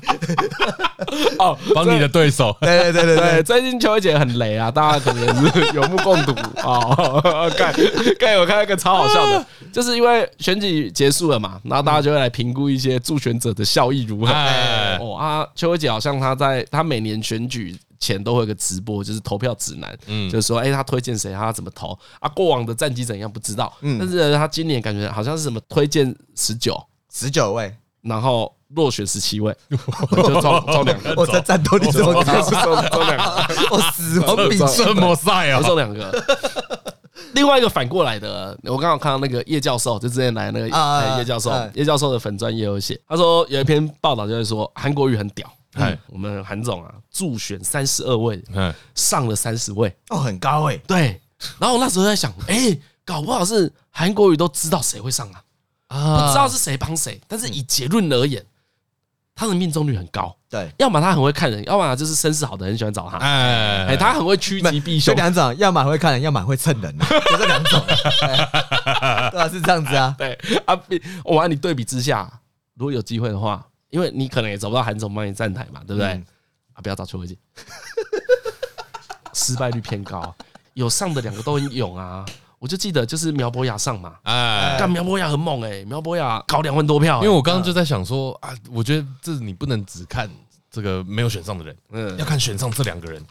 S1: [laughs] 哦，
S2: 帮你的对手
S3: 对对对对
S1: 对，
S3: 对，
S1: 最近邱姐很雷啊，大家可能也是有目共睹 [laughs] 啊。盖盖，我看到一个超好笑的，就是因为选举结束了嘛，然后大家就会来评估一些助选者的效益如何。
S2: 哎，
S1: 哦啊，邱姐好像她在她每年选举前都会有个直播，就是投票指南，
S2: 嗯
S1: 就是说，哎，她推荐谁，她要怎么投啊？过往的战绩怎样不知道，但是她今年感觉好像是什么推荐十九，
S3: 十九位，
S1: 然后落选十七位，就中中两个，
S3: 我在战斗力这么高，
S1: 中中两个。
S3: 我死亡笔记
S2: 这么晒啊
S1: 我！送两个。 [laughs] 另外一个反过来的，我刚好看到那个叶教授，就之前来那个
S3: 啊
S1: 呃叶教授
S3: 嗯，
S1: 叶教授的粉专也有写，他说有一篇报道就是说韩国瑜很屌，嗯
S2: 哎
S1: 我们韩总啊助选三十二位，
S2: 哎，
S1: 上了三十位，
S3: 哦，很高哎，
S1: 对。然后我那时候在想，哎，搞不好是韩国瑜都知道谁会上啊，不知道是谁帮谁，但是以结论而言，他的命中率很高，
S3: 对，
S1: 要么他很会看人，要么就是身世好的人喜欢找他，
S2: 哎
S1: 哎，他很会趋吉避
S3: 就
S1: 凶，
S3: 两种，要么会看人，要么会蹭人啊，就这两种， [laughs] 哎对啊，是这样子啊，
S1: [laughs] 对啊，比我把你对比之下，如果有机会的话，因为你可能也找不到韩总帮你站台嘛，对不对？
S3: 嗯
S1: 啊，不要找邱慧姐， [laughs] 失败率偏高，有上的两个都很勇啊。我就记得就是苗博雅上嘛，
S2: 哎，
S1: 但苗博雅很猛哎、苗博雅搞两万多票
S2: 因
S1: 欸、
S2: 为我刚刚就在想说啊，我觉得这你不能只看这个没有选上的人，
S1: 嗯
S2: 要看选上这两个人。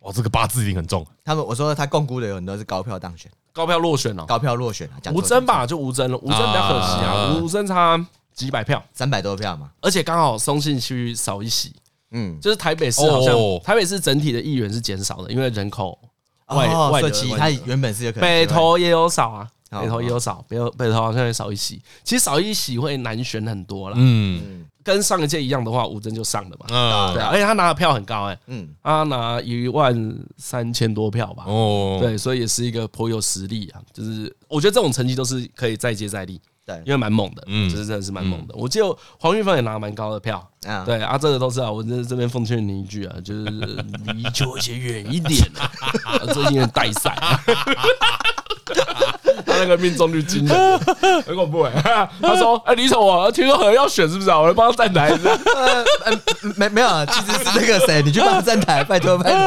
S2: 哇，这个八字一定很重。
S3: 他们我说他共估的有很多是高票当选，
S1: 高票落选了、哦
S3: 高票落选啊，讲
S1: 吴
S3: 错
S1: 真吧就吴真了，吴真比较可惜啊
S2: 啊，
S1: 吴真差几百票，
S3: 三百多票嘛，
S1: 而且刚好松信区少一席，
S3: 嗯，
S1: 就是台北市好像
S2: 哦
S1: 台北市整体的议员是减少的，因为人口外
S3: 哦，
S1: 外
S3: 所
S1: 流
S3: 以其实
S1: 外
S3: 他
S1: 流
S3: 原本是有可能
S1: 北投也有少啊，
S3: 哦
S1: 北投也有少，北投北投好像也少一席，其实少一席会难选很多啦。
S2: 嗯
S1: 跟上一届一样的话，吴征就上了嘛，
S2: 啊
S1: 对啊，而且他拿的票很高哎、
S3: 嗯，
S1: 他拿一万三千多票吧，
S2: 哦，
S1: 嗯对，所以也是一个颇有实力啊。就是我觉得这种成绩都是可以再接再厉，
S3: 对
S1: 因为蛮猛的，嗯，
S2: 嗯
S1: 就是真的是蛮猛的。我记得黄玉芳也拿蛮高的票。
S3: 啊，
S1: 对啊，这个都是啊，我这这边奉劝你一句啊，就是离球鞋远一点啊，啊 [laughs] 最近的带赛、 [laughs] 他那个命中率惊人， [laughs] 很恐怖哎、他说：“哎、李总啊，听说何要选是不是啊？我来帮他站台。是不是
S3: 呃，呃没没有啊，其实是那个谁，你去帮他站台，拜托啊拜托。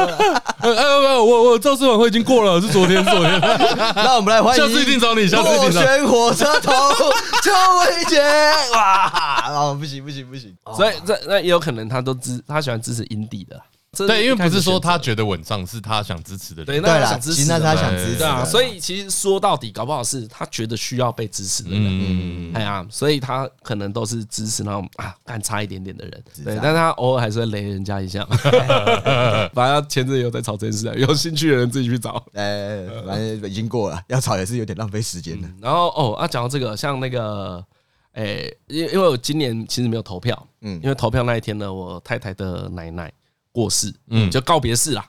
S2: 哎哎哎，我我造势晚会已经过了，是昨天，是昨天。
S3: [laughs] 那我们来欢迎，
S2: 下次一定找你下次一定找你
S3: 旋火车头邱伟杰，哇，哦，不行不行不行，
S1: 所以这那也有可能他都支，他喜欢支持英帝的啦。啊这
S2: 对，因为
S1: 一开
S2: 不
S1: 始
S2: 是说
S1: 选择
S2: 他觉得稳上，是他想支持的人。
S1: 对，那
S3: 对
S1: 他
S3: 啦，
S1: 想
S3: 其
S1: 支
S3: 实
S1: 持
S3: 那
S1: 的
S3: 是
S1: 嘛，
S3: 他想支持
S1: 对啊，
S3: 的，
S1: 所以其实说到底，搞不好是他觉得需要被支持的人。
S2: 嗯，
S1: 哎呀，所以他可能都是支持那种啊，干差一点点的人，对
S3: 是，啊
S1: 但他偶尔还是会雷人家一下。 [laughs] 反正他前阵也有在吵这件事啊，有兴趣的人自己去找。
S3: 呃，反正已经过了，要吵也是有点浪费时间的。
S1: 然后哦，啊，讲到这个，像那个，哎，因因为我今年其实没有投票，嗯
S3: 嗯，
S1: 因为投票那一天呢，我太太的奶奶过世，嗯，就告别式啦，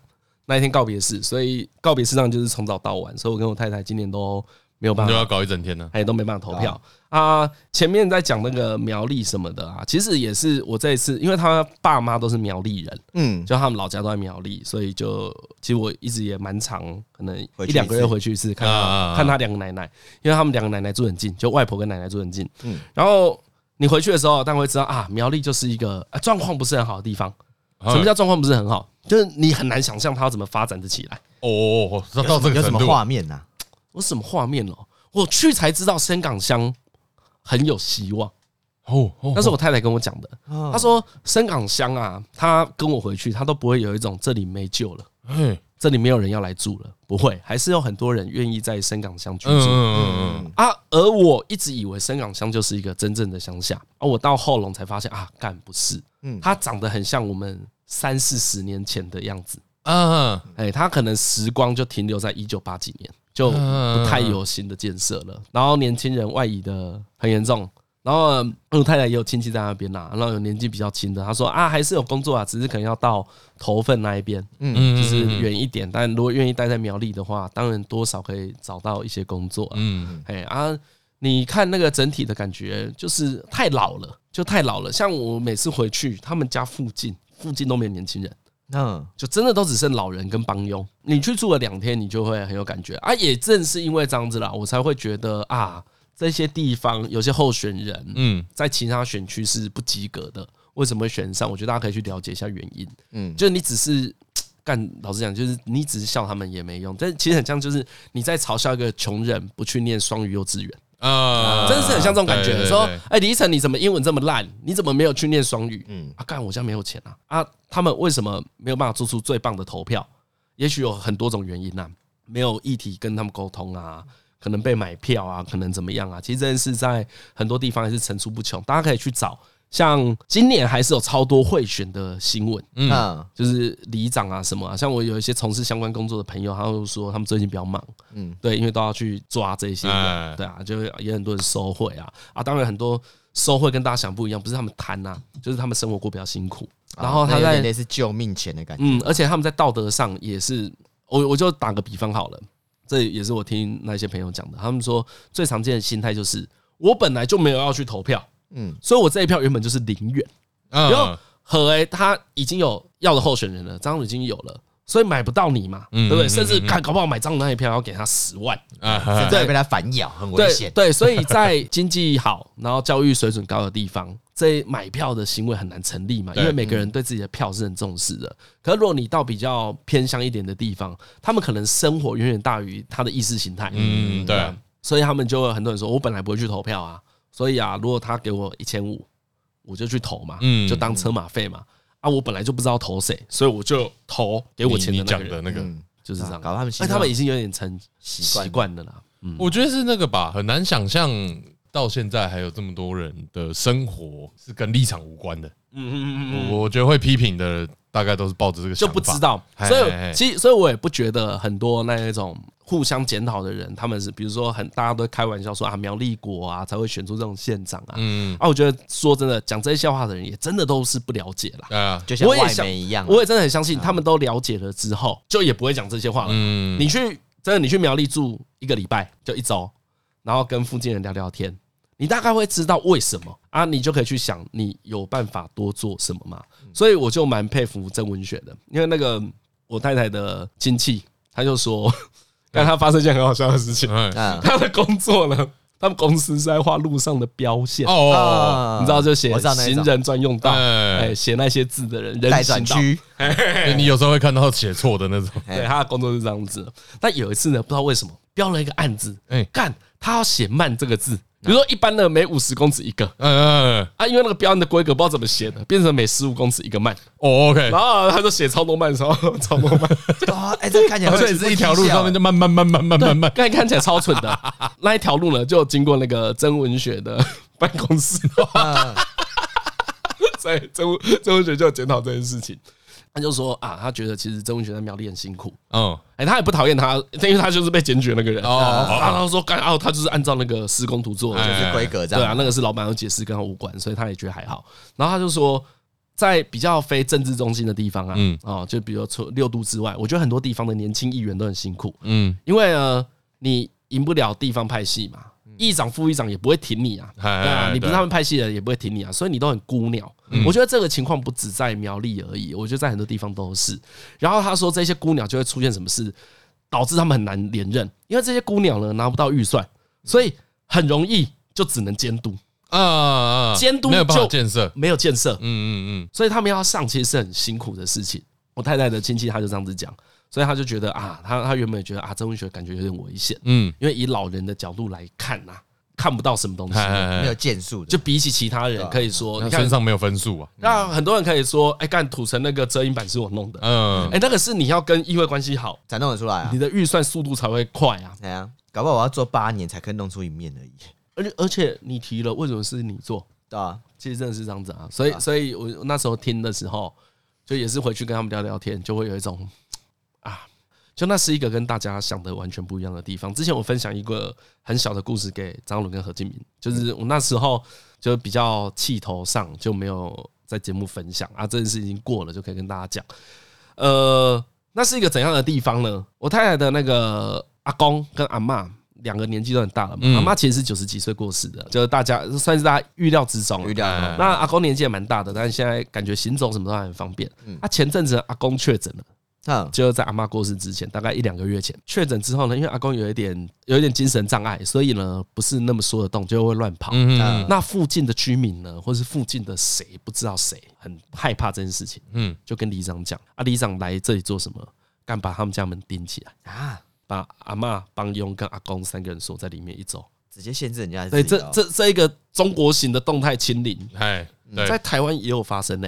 S1: 那一天告别式，所以告别式上就是从早到晚，所以我跟我太太今年都没有办
S2: 就
S1: 法
S2: 要搞一整天呢。
S1: 哎，都没办法投票啊。前面在讲那个苗栗什么的啊，其实也是我这一次，因为他爸妈都是苗栗人，
S3: 嗯，
S1: 就他们老家都在苗栗，所以就其实我一直也蛮长，可能
S3: 回
S1: 一
S3: 去
S1: 两个月
S3: 一次
S1: 回去一次，看
S2: 啊啊
S1: 他
S2: 啊
S1: 看他两个奶奶，因为他们两个奶奶住很近，就外婆跟奶奶住很近。
S3: 嗯
S1: 然后你回去的时候，但会知道啊，苗栗就是一个啊状况不是很好的地方。
S3: 哎
S1: 什么叫状况不是很好？就是你很难想象它要怎么发展的起来。
S2: 哦哦哦，到
S3: 嗯
S2: 这
S3: 有
S2: 个
S3: 什
S2: 程
S3: 么
S2: 度，
S3: 画面啊呐？
S1: 我什么画面哦？我去才知道深港乡很有希望。
S2: 哦哦，
S1: 那是我太太跟我讲的。
S3: 哦
S1: 她说深港乡啊，她跟我回去，她都不会有一种这里没救了，
S2: 嗯
S1: 这里没有人要来住了，不会，还是有很多人愿意在深港乡居
S2: 嗯
S1: 住。
S2: 嗯嗯，
S1: 啊，而我一直以为深港乡就是一个真正的乡下，而我到后龙才发现啊，干不是，
S3: 嗯
S1: 它长得很像我们三四十年前的样子，
S2: 啊，
S1: 哎，它可能时光就停留在一九八几年，就
S2: 嗯
S1: 不太有新的建设了。然后年轻人外移的很严重，然后嗯我太太也有亲戚在那边啦，然后有年纪比较轻的，她说啊，还是有工作啊，只是可能要到头份那一边，
S2: 嗯
S1: 就是远一点。但如果愿意待在苗栗的话，当然多少可以找到一些工作啊。
S2: 嗯
S1: 哎啊，你看那个整体的感觉，就是太老了，就太老了。像我每次回去，他们家附近附近都没有年轻人。
S2: 嗯
S3: 那
S1: 就真的都只剩老人跟帮佣。你去住了两天，你就会很有感觉啊！也正是因为这样子啦，我才会觉得啊，这些地方有些候选人
S2: 嗯
S1: 在其他选区是不及格的，为什么会选上？我觉得大家可以去了解一下原因。
S3: 嗯，
S1: 就是你只是干，老实讲，就是你只是笑他们也没用，但其实很像就是你在嘲笑一个穷人不去念双语幼稚园。
S2: 啊
S1: 真的是很像这种感
S2: 对
S1: 觉。
S2: 对
S1: 说
S2: 对，
S1: 哎，李依晨，你怎么英文这么烂？你怎么没有去念双语？嗯
S3: 嗯，
S1: 啊，干，我家没有钱啊！啊，他们为什么没有办法做出最棒的投票？也许有很多种原因啊，没有议题跟他们沟通啊，可能被买票啊，可能怎么样啊？其实这件事在很多地方还是层出不穷，大家可以去找。像今年还是有超多贿选的新闻，
S2: 嗯
S3: 那
S1: 就是里长啊什么啊，像我有一些从事相关工作的朋友，他就说他们最近比较忙，嗯
S3: 嗯，
S1: 对，因为都要去抓这些
S2: 哎
S1: 人，对啊，就也很多人收贿啊，啊，当然很多收贿跟大家想不一样，不是他们贪呐，就是他们生活过比较辛苦，然后他
S3: 有点
S1: 在
S3: 类似救命钱的感觉，
S1: 嗯，而且他们在道德上也是，我我就打个比方好了，这也是我听那些朋友讲的，他们说最常见的心态就是我本来就没有要去投票，嗯
S3: 嗯，
S1: 所以我这一票原本就是零元。
S2: 嗯
S1: 有和哎、他已经有要的候选人了，张已经有了，所以买不到你嘛，
S2: 嗯
S1: 对不
S2: 嗯
S1: 对？
S2: 嗯
S1: 甚至
S2: 嗯
S1: 看搞不好买张那一票要给他十万，
S2: 啊
S3: 对，被他反咬，很危
S1: 对
S3: 险。
S1: 对，所
S2: [laughs]
S1: 以在经济好，然后教育水准高的地方，这买票的行为很难成立嘛，
S2: 对
S1: 因为每个人对自己的票是很重视的。可是如果你到比较偏乡一点的地方，他们可能生活远远大于他的意识形态，
S2: 嗯对
S1: 啊所以他们就会很多人说，我哦本来不会去投票啊，所以啊，如果他给我一千五，我就去投嘛，
S2: 嗯
S1: 就当车马费嘛。啊，我本来就不知道投谁，所以我就投给我钱
S2: 你
S1: 的
S2: 你
S1: 那
S2: 讲
S1: 个
S2: 的
S1: 人，
S2: 那个，
S3: 嗯，
S1: 就是这样。
S3: 搞得他们
S1: 哎，
S3: 心
S1: 他们
S3: 脏
S1: 已经有点成
S3: 习惯
S1: 习惯了啦。嗯，
S2: 我觉得是那个吧，很难想象到现在还有这么多人的生活是跟立场无关的。
S1: 嗯嗯嗯
S2: 我我觉得会批评的大概都是抱着这个
S1: 就
S2: 想法，
S1: 不知道。
S2: 嘿
S1: 所
S2: 嘿嘿
S1: 以其实，所以我也不觉得很多那一种互相检讨的人，他们是比如说很大家都开玩笑说啊，苗栗国啊才会选出这种县长啊。
S2: 嗯，
S1: 啊，我觉得说真的，讲这些笑话的人也真的都是不了解啦。
S2: 对啊，
S3: 就像
S1: 我也
S3: 外
S1: 想
S3: 媒一样啊，嗯
S1: 我也真的很相信，他们都了解了之后，就也不会讲这些话了。
S2: 嗯，
S1: 你去真的，你去苗栗住一个礼拜，就一周，然后跟附近人聊聊天，你大概会知道为什么啊，你就可以去想你有办法多做什么嘛。
S3: 嗯
S1: 所以我就蛮佩服郑文学的，因为那个我太太的亲戚，他就
S3: [laughs]
S1: 说，但他发生一件很好笑的 [laughs] 事情，
S2: 嗯
S3: 嗯
S1: 他的工作呢，他们公司是在画路上的标线。
S2: 哦，
S3: 啊
S1: 你知道就写
S3: 我知道那一
S1: 行
S3: 种
S1: 人专用道，
S2: 哎
S1: 哎，写那些字的人，人
S3: 待
S1: 行道，
S3: 转区，
S2: 你有时候会看到写错的那种，
S3: 哎
S1: 对，他的工作是这样子的。但有一次呢，不知道为什么标了一个案子，
S2: 哎
S1: 干他要写慢这个字，比如说一般的每五十公尺一个
S2: 嗯嗯，嗯
S1: 啊，因为那个标案的规格不知道怎么写的，变成每十五公尺一个慢，
S2: 哦，OK，
S1: 然后他就写超多慢，超超多慢， [laughs]
S3: 哇，哎，这看起来
S2: 而
S3: 会
S2: 且
S3: 直
S2: 是
S3: 接
S2: 一条路
S3: 踢笑
S2: 上面 [laughs] 就慢慢慢慢慢慢慢，
S1: 看看起来超蠢的。那一条路呢，就经过那个曾文学的办公室，
S3: 嗯
S1: 所以曾文曾文学就有检讨这件事情。他就说啊，他觉得其实曾文学在苗栗很辛苦，
S2: 嗯，
S1: 哎、他也不讨厌他，因为他就是被检举的那个人。哦，
S2: 哦，
S1: 啊，他说干哦，他就是按照那个施工图做的，
S2: 哎
S3: 就是规格这
S1: 对啊
S3: 样，，
S1: 那个是老板有解释跟他无关，所以他也觉得还好。然后他就说，在比较非政治中心的地方啊，
S2: 嗯
S1: 嗯，哦，就比如说六度之外，我觉得很多地方的年轻议员都很辛苦，
S2: 嗯，
S1: 因为呢，你赢不了地方派系嘛，议长、副议长也不会挺你啊，对
S2: 哎
S1: 啊
S2: 哎，
S1: 你不是
S2: 对
S1: 他们派系的人也不会挺你啊，所以你都很孤鸟。我觉得这个情况不只在苗栗而已，我觉得在很多地方都是。然后他说，这些孤鸟就会出现什么事，导致他们很难连任，因为这些孤鸟呢拿不到预算，所以很容易就只能监督。
S2: 啊啊，啊
S1: 监督
S2: 没有办法
S1: 就
S2: 建设，
S1: 没有建设，
S2: 嗯嗯
S1: 所以他们要上其实是很辛苦的事情。我太太的亲戚他就这样子讲，所以他就觉得啊，他他原本也觉得啊，曾文学感觉有点危险，
S2: 嗯
S1: 因为以老人的角度来看呐、看不到什么东
S2: 嗯，
S1: 西，
S2: 哎
S3: 没
S2: 哎
S3: 有建树的，
S1: 就比起其他人可以说，
S2: 哎
S1: 你
S2: 身
S1: 看，
S2: 上没有分数啊，
S1: 那很多人可以说，哎，干土城那个遮阴板是我弄的，
S2: 嗯，
S1: 哎，那个是你要跟议会关系好，
S3: 才弄得出来啊
S1: 你。的预算速度才会快啊，
S3: 哎呀，搞不好我要做八年才可以弄出一面而已，
S1: 而且而且你提了，为什么是你做？
S3: 对啊，
S1: 其实真的是这样子啊，所以所以我那时候听的时候，就也是回去跟他们聊聊天，就会有一种啊，就那是一个跟大家想的完全不一样的地方。之前我分享一个很小的故事给张伦跟何敬明，就是我那时候就比较气头上，就没有在节目分享啊。这件事已经过了，就可以跟大家讲。呃，那是一个怎样的地方呢？我太太的那个阿公跟阿嬷两个年纪都很大了嘛，
S2: 嗯
S1: 阿妈其实是九十几岁过世的，就是大家算是大家预料之中啊了
S3: 有。点
S2: 哎
S1: 哦那阿公年纪也蛮大的，但是现在感觉行走什么都还很方便。他、
S3: 嗯
S1: 前阵子阿公确诊了，
S3: 嗯
S1: 就是在阿妈过世之前，大概一两个月前确诊之后呢，因为阿公有一点有一点精神障碍，所以呢不是那么说得动，就会乱跑。
S2: 嗯
S3: 嗯
S1: 那附近的居民呢，或是附近的谁不知道谁很害怕这件事情，
S2: 嗯
S1: 就跟里长讲啊，里长来这里做什么？干把他们家门钉起来，
S3: 啊，
S1: 把阿妈、帮佣跟阿公三个人锁在里面一周。
S3: 直接限制人家的自哦
S1: 对，
S3: 由。
S1: 这这这一个中国型的动态清零，
S2: 嗯，哎，
S1: 在
S2: 对，
S1: 台湾也有发生呢、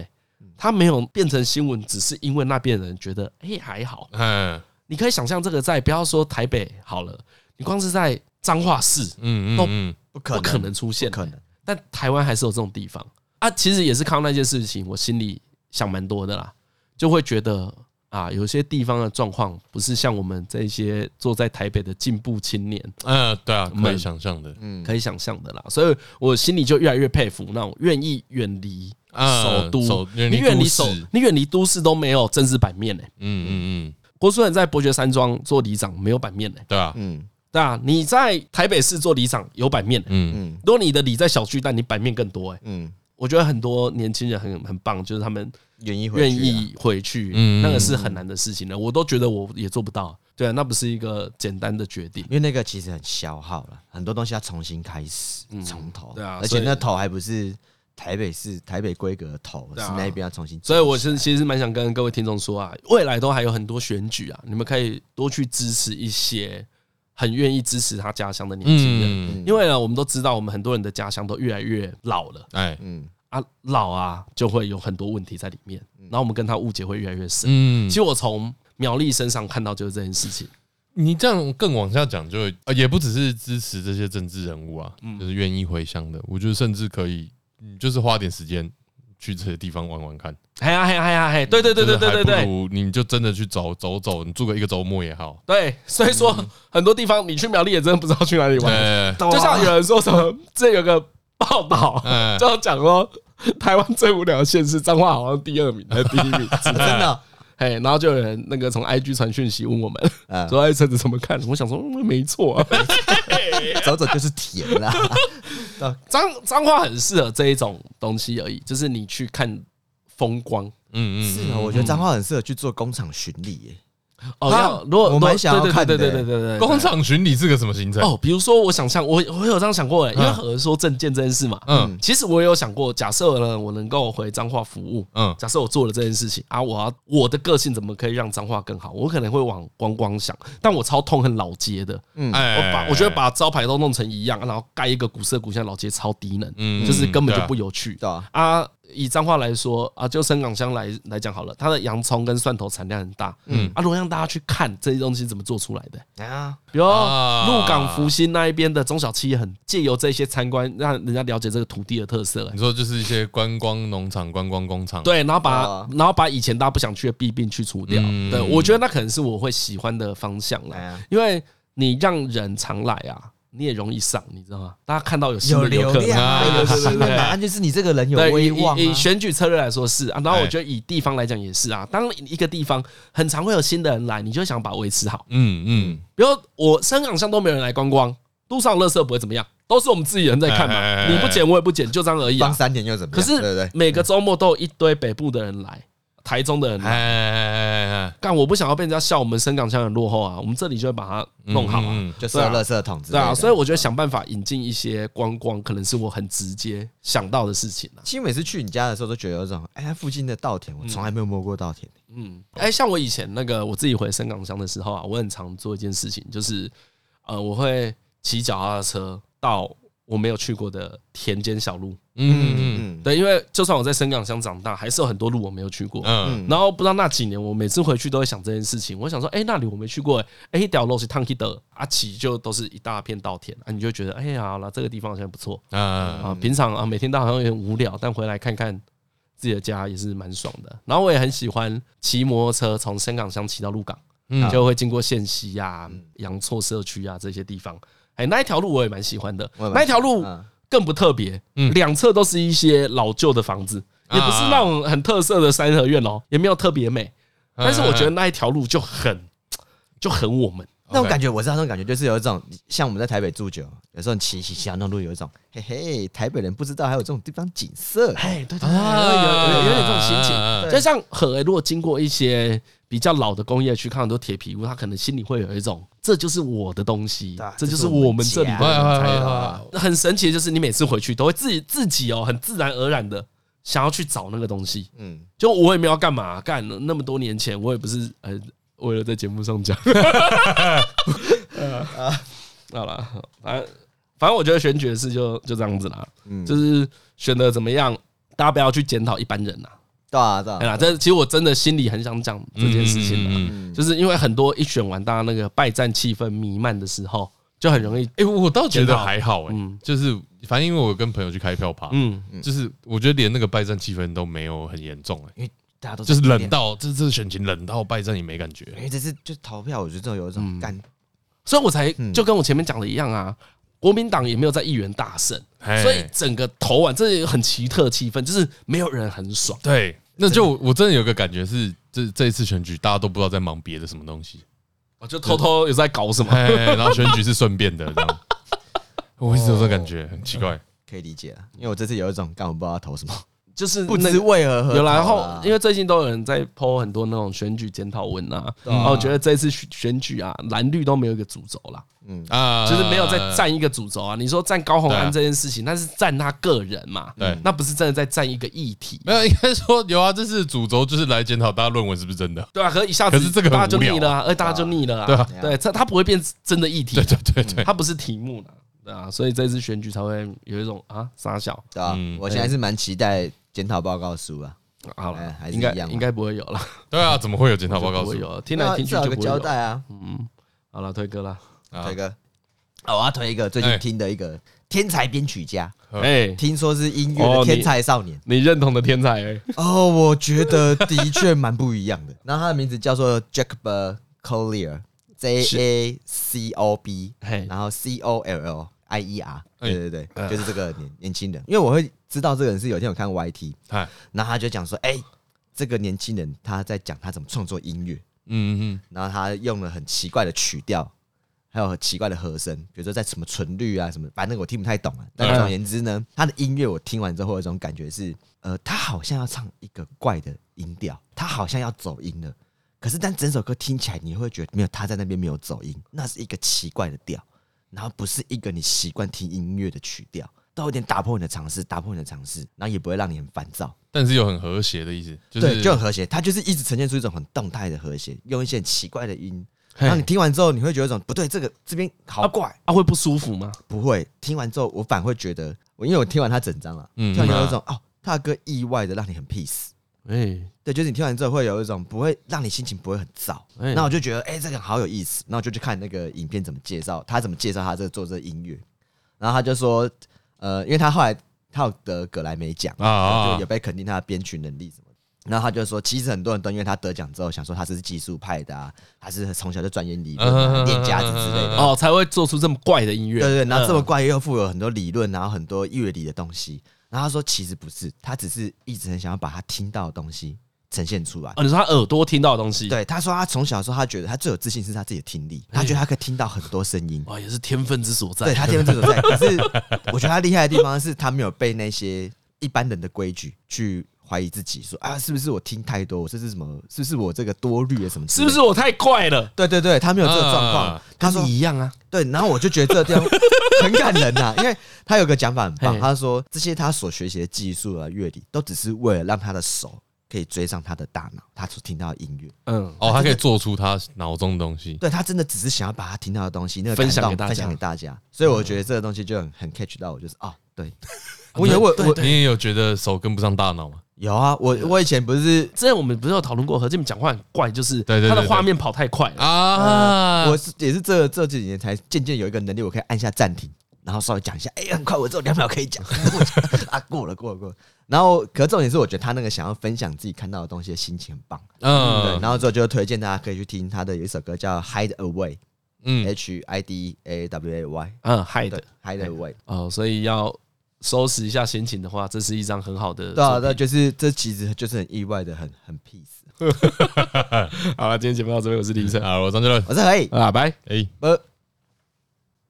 S1: 它没有变成新闻，只是因为那边的人觉得，哎、还好。
S2: 嗯
S1: 你可以想象这个在不要说台北好了，你光是在彰化市
S2: 嗯嗯嗯，
S3: 不可
S1: 不
S3: 能，
S1: 可能出现
S3: 不，可能。
S1: 但台湾还是有这种地方啊。其实也是看到那件事情，我心里想蛮多的啦，就会觉得啊，有些地方的状况不是像我们这些坐在台北的进步青年
S2: 嗯，对啊，可以
S1: 们
S2: 想象的，
S3: 嗯，
S1: 可以想象的啦，所以我心里就越来越佩服那种愿意远离
S2: 啊
S1: 首都
S2: 首，远离
S1: 你远
S2: 都
S1: 离
S2: 市
S1: 首，你远离都市都没有正式版面呢、
S2: 嗯嗯嗯，
S1: 郭书仁在伯爵山庄做里长没有版面呢、
S2: 对啊，
S3: 嗯
S1: 对啊，你在台北市做里长有版面、欸，
S2: 嗯
S3: 嗯
S1: 如果你的里在小巨蛋，你版面更多哎、
S3: 嗯，
S1: 我觉得很多年轻人很很棒，就是他们
S3: 愿意回
S1: 愿
S3: 去啊
S1: 意回去，
S2: 嗯
S1: 那个是很难的事情的。我都觉得我也做不到，对啊，那不是一个简单的决定
S3: 因。为那个其实很消耗了，很多东西要重新开始，从头。
S1: 对啊
S3: 而
S1: 所
S3: 且
S1: 以
S3: 那头还不是台北市台北规格的头，
S1: 对啊
S3: 是那边要重新。
S1: 所以，我是其实蛮想跟各位听众说啊，未来都还有很多选举啊，你们可以多去支持一些很愿意支持他家乡的年轻人，
S2: 嗯，
S1: 因为呢，我们都知道，我们很多人的家乡都越来越老了
S2: 哎，
S3: 嗯
S1: 啊，老啊就会有很多问题在里面，然后我们跟他误解会越来越深。
S2: 嗯
S1: 其，实我从苗栗身上看到就是这件事情，
S2: 你这样更往下讲，就呃也不只是支持这些政治人物啊，
S1: 嗯
S2: 就是愿意回乡的，我觉得甚至可以，嗯就是花点时间去这些地方玩玩看。
S1: 哎呀哎呀哎呀嘿，对对对对对对
S2: 就是嗯还
S1: 对
S2: 不。如你就真的去走走走，你住个一个周末也好。
S1: 对，所以说很多地方你去苗栗也真的不知道去哪里玩。
S2: 嗯对，
S1: 就像有人说什么，这有个报道
S2: 嗯
S1: 就讲说，台湾最无聊的县市，彰化好像第二名还是第一
S2: [laughs]
S1: 名，真
S3: [laughs] 真。的，
S1: 哎，然后就有人那个从 IG 传讯息问我们，
S3: 嗯
S1: 说哎，这子怎么看？我想说，嗯没错、啊，
S3: 走走就是甜
S1: [laughs]
S3: 啦。
S1: 彰彰化很适合这一种东西而已，就是你去看风光。
S2: 嗯嗯，
S3: 是啊，我觉得彰化很适合去做工厂巡礼耶。
S1: 哦，
S3: 啊
S1: 要如果
S3: 我蛮想要
S1: 对对
S3: 看的
S1: 对对对对对对，
S2: 工厂巡礼是个什么行程？
S1: 哦，比如说我想象，我我有这样想过哎，因为
S2: 嗯
S1: 和说证件这件事嘛，
S2: 嗯
S1: 其实我有想过，假设呢，我能够回彰化服务，
S2: 嗯
S1: 假设我做了这件事情啊，我要我的个性怎么可以让彰化更好？我可能会往光光想，但我超痛恨老街的，
S3: 嗯
S1: 我
S2: 哎
S1: 把我觉得把招牌都弄成一样，然后盖一个古色古香的老街，超低能，
S2: 嗯
S1: 就是根本
S2: 对
S1: 就
S2: 啊
S1: 不有趣
S3: 对啊，
S1: 啊。以彰化来说啊，就深港乡来来讲好了，它的洋葱跟蒜头产量很大，嗯啊，如果让大家去看这些东西怎么做出来的，
S3: 啊，
S1: 比如
S2: 啊
S1: 鹿港福星那一边的中小企业，很借由这些参观，让人家了解这个土地的特色、欸
S2: 哎你说就是一些观光农场、观光工厂，，
S1: 对，然后把
S3: 啊
S1: 然后把以前大家不想去的弊病去除掉。
S2: 嗯
S1: 对，我觉得那可能是我会喜欢的方向
S3: 哎
S1: 啦，
S3: 呀
S1: 因为你让人常来啊，你也容易上，你知道吗？大家看到有新
S3: 有
S1: 的游
S3: 流
S1: 客。
S3: 量啊，
S2: 啊
S3: 有新的 [laughs]
S1: 对
S3: 答案，就是你这个人有
S1: 对，以
S3: 威望
S1: 以以
S3: 啊。
S1: 选举策略来说是啊，然后
S2: 哎
S1: 我觉得以地方来讲也是啊。当一个地方很常会有新的人来，你就想把它维持好。
S2: 嗯嗯，
S1: 比如我深港乡都没有人来观光，路上垃圾不会怎么样，都是我们自己人在看
S2: 哎哎哎
S1: 嘛。
S2: 哎
S1: 你不捡我也不捡，就这样而已
S3: 放
S1: 啊。
S3: 三年又怎么
S1: 可
S3: 样？
S1: 是
S3: 对不啊对？
S1: 每个周末都有一堆北部的人来，台中的人来，
S3: 哎
S2: 哎，
S1: 干，我不想要被人家笑我们深港腔很落后啊，我们这里就会把它弄好
S2: 嗯
S1: 啊，
S3: 就
S1: 对
S3: 设
S1: 啊
S3: 垃圾桶之
S1: 对
S3: 类
S1: 啊，
S3: 的。
S1: 所以我觉得想办法引进一些观光，可能是我很直接想到的事情啊。
S3: 其实每次去你家的时候，都觉得有一种，哎，它附近的稻田，我从来没有摸过稻田。
S1: 嗯，哎，像我以前那个我自己回深港乡的时候啊，我很常做一件事情，就是呃，我会骑脚踏车到我没有去过的田间小路，
S2: 嗯嗯
S3: 嗯
S1: 对，因为就算我在深港乡长大，还是有很多路我没有去过。
S2: 嗯
S3: 嗯
S1: 然后不知道那几年，我每次回去都会想这件事情。我想说，哎、那里我没去过、哎、屌肉是烫起的，阿奇啊就都是一大片稻田，啊，你就觉得，哎、呀，好了，这个地方好像不错
S2: 嗯啊，
S1: 啊。平常啊，每天到好像有点无聊，但回来看看自己的家也是蛮爽的。然后我也很喜欢骑摩托车从深港乡骑到鹿港，
S2: 嗯
S1: 就会经过县西呀、啊、阳朔社区啊这些地方。哎、那一条路我也蛮喜欢的，
S3: 我也蛮
S1: 那一条路
S3: 嗯
S1: 更不特别，
S2: 嗯
S1: 两侧都是一些老旧的房子，也不是那种很特色的三合院哦，也没有特别美，但是我觉得那一条路就很就很我们。
S3: 那种感觉，我知道那种感觉，就是有一种像我们在台北住久，有时候你骑骑骑到那路，有一种嘿嘿，台北人不知道还有这种地方景色。
S1: 哎，对对对，
S2: 啊
S1: 有有有点这种心情。
S2: 啊
S3: 对
S1: 就像河、欸，如果经过一些比较老的工业区，看很多铁皮屋，他可能心里会有一种，这就是我的东西
S3: 对啊，
S1: 这就
S3: 这
S1: 是
S3: 是我
S1: 我
S3: 们
S1: 们这里
S3: 家哦
S1: 的
S2: 会会
S1: 人才
S2: 会
S1: 有。
S3: 啊
S2: 会会
S1: 很神奇的就是，你每次回去都会自己自己哦，很自然而然的想要去找那个东西。
S3: 嗯，
S1: 就我也没有要干嘛，干了那么多年前，我也不是呃，为了在节目
S3: [laughs]
S1: 上讲，好了，反正反正我觉得选举的事就就这样子啦，
S3: 嗯
S1: 就是选的怎么样，大家不要去检讨一般人啦。
S3: 对啊，对
S1: 哎
S3: 啊，
S1: 呀，这其实我真的心里很想讲这件事情啊的，
S2: 嗯嗯嗯
S1: 就是因为很多一选完，大家那个败战气氛弥漫的时候，就很容易，
S2: 哎，我倒觉得还好哎
S1: 嗯，
S2: 就是反正因为我跟朋友去开票趴，
S1: 嗯，
S2: 就是我觉得连那个败战气氛都没有很严重哎，
S3: 因为大家
S1: 嗯
S3: 都在
S2: 就是冷
S3: 练，
S2: 到这这选情冷到败战也没感觉
S3: 因为这次就投票，我觉得有一种干
S1: 所以我才就跟我前面讲的一样啊，国民党也没有在议员大胜，
S2: 哎，
S1: 所以整个投完这也很奇特气氛，就是没有人很爽。
S2: 对，那就我真的有个感觉是，这这一次选举大家都不知道在忙别的什么东西，
S1: 我就偷偷有在搞什 [laughs] 么，
S2: 哎，然后选举是顺便的这样。我一直有这种感觉，很奇
S1: 嗯
S2: 怪。
S3: 可以理解了，因为我这次有一种干我不知道要投什么，
S1: 就是
S3: 不
S1: 那
S3: 知为何啊何
S1: 有啦。然
S3: 投
S1: 后
S3: 啦
S1: 因为最近都有人在 PO 很多那种选举检讨文啊，然后我觉得这次选选举啊，蓝绿都没有一个主轴啦，
S2: 啊，
S1: 嗯就是没有在站一个主轴啊。你说站高虹
S2: 对啊
S1: 安这件事情，那是站他个人嘛，
S2: 对
S1: 那不是真的在站一个议题。
S2: 没有，应该说有啊，这是主轴，就是来检讨大家论文是不是真的。
S1: 对啊，可是一下子
S2: 可是这个很
S1: 大家就
S2: 无聊啊
S1: 腻了、啊，而大家就腻了、啊，
S2: 对啊
S1: 对，这它不会变真的议题啊、
S2: 对对对对，
S1: 它不是题目啦，对啊，所以这次选举才会有一种啊傻小，
S3: 对啊，
S1: 嗯
S3: 我现在是蛮期待检讨报告书啊，
S1: 好
S3: 哎
S1: 了
S3: 还，是
S1: 应该
S3: 一样啊
S1: 应该不会有
S2: [laughs]
S1: 了，
S2: 对啊，怎么会有检讨报告
S1: 不
S2: 书
S1: 会？有了，听来听去
S3: 至少
S1: 就
S3: 有个
S1: 不会
S3: 交
S1: 有了。
S3: 代啊，
S1: 好了，推歌了，
S2: 啊
S3: 推个，哦我要推一个最
S2: 哎
S3: 近听的一个天才编曲家，
S1: 哎，
S3: 听说是音乐
S1: 哦
S3: 的
S1: 你
S3: 天才少年。
S1: 你认同的天才哎，
S3: 哦，我觉得的确蛮不一样的。 [laughs] 然后他的名字叫做 Jacob Collier，J A C O B，
S1: 嘿
S3: 然后 C O L L I E R，
S2: 哎
S3: 对对对，就是这个年年轻人。因为我会知道这个人是有一天有看 YT，
S2: 哎，
S3: 然后他就讲说，哎，这个年轻人他在讲他怎么创作音乐，
S2: 嗯嗯
S3: 然后他用了很奇怪的曲调，还有很奇怪的和声，比如说在什么纯律啊什么，反正我听不太懂啊。但总而言之呢，他的音乐我听完之后有一种感觉是，呃，他好像要唱一个怪的音调，他好像要走音了。可是，但整首歌听起来，你会觉得没有他在那边没有走音，那是一个奇怪的调，然后不是一个你习惯听音乐的曲调，都有点打破你的尝试，打破你的尝试，然后也不会让你很烦躁。
S2: 但是又很和谐的意思，就
S3: 对，
S2: 是
S3: 就很和谐。它就是一直呈现出一种很动态的和谐，用一些很奇怪的音，
S1: 嘿
S3: 然后你听完之后，你会觉得一种不对，这个这边好怪。
S1: [laughs] 啊会不舒服吗？
S3: 不会，听完之后我反而会觉得，我因为我听完他整张了，
S2: 嗯
S3: 听完有一种哦，他的歌意外的让你很 peace。
S1: 哎，
S3: 对，就是你听完之后会有一种不会让你心情不会很燥，
S1: 哎
S3: 那我就觉得哎、这个好有意思，那我就去看那个影片怎么介绍，他怎么介绍他这个做这个音乐，然后他就说，呃，因为他后来他有得格莱美奖
S2: 啊啊
S3: 就有被肯定他的编曲能力什么的。然后他就说，其实很多人都因为他得奖之后，想说他是技术派的啊，他是从小就钻研理论、啊、
S2: 嗯
S3: 练家子之类的。
S1: 哦才会做出这么怪的音乐，
S3: 对对，对然后这么
S1: 嗯
S3: 怪又富有很多理论，然啊后很多乐理的东西。然后他说，其实不是，他只是一直很想要把他听到的东西呈现出来。
S1: 哦，你说他耳朵听到的东西，，
S3: 对，他说他从小的时候，他觉得他最有自信是他自己的听力，他觉得他可以听到很多声音。
S1: 嗯哇也是天分之所
S3: 对
S1: 在，
S3: 他天分这所
S1: [laughs]
S3: 在，可是我觉得他厉害的地方是他没有被那些一般人的规矩去怀疑自己，说啊，是不是我听太多，我这是什么？是不是我这个多虑啊什么？
S1: 是不是？我太怪了？
S3: 对对对，他没有这个状况
S2: 啊。
S3: 他说
S1: 跟你一样啊，
S3: 对，然后我就觉得这个
S1: [laughs]
S3: 地方很感人呐、因为他有个讲法很棒，
S1: 嘿
S3: 他说这些他所学习的技术啊、乐理，都只是为了让他的手可以追上他的大脑，他所听到的音乐。
S1: 嗯，
S2: 哦，他可以做出他脑中的东西。
S3: 对他真的只是想要把他听到的东西，那个
S1: 分享
S3: 感动
S1: 给大家
S3: 分享给大家。所以我觉得这个东西就很很 catch 到我，就是啊，
S1: [laughs]
S3: 对，我有我我
S2: 你也有觉得手跟不上大脑吗？
S3: 有啊，我我以前不是
S1: 之前我们不是有讨论过何建明讲话很怪，就是
S2: 对对对
S1: 他的
S2: 对
S1: 画面跑太快了，
S2: 啊，
S3: 呃我是也是这这几年才渐渐有一个能力，我可以按下暂停，然后稍微讲一下，哎、很快我只有两秒可以讲 [laughs] 啊，过了过了过了。然后，可是重点是，我觉得他那个想要分享自己看到的东西的心情很棒，对。
S2: 嗯
S3: 然后之后就推荐大家可以去听他的有一首歌叫《Hide Away、
S2: 嗯，
S3: H I D A W A Y，
S1: 嗯，害的
S2: 哎
S3: 对，，Hide Away，
S1: 哦，所以要收拾一下心情的话，这是一张很好的
S3: 对啊，
S1: 作
S3: 那
S1: 品
S3: 就是这其实就是很意外的，很很 peace。
S1: 好了，今天节目到这边，我是李医生，
S2: 啊，我张杰伦，
S3: 我是何以，
S1: 啊，拜。
S2: 哎。
S3: 哎呃。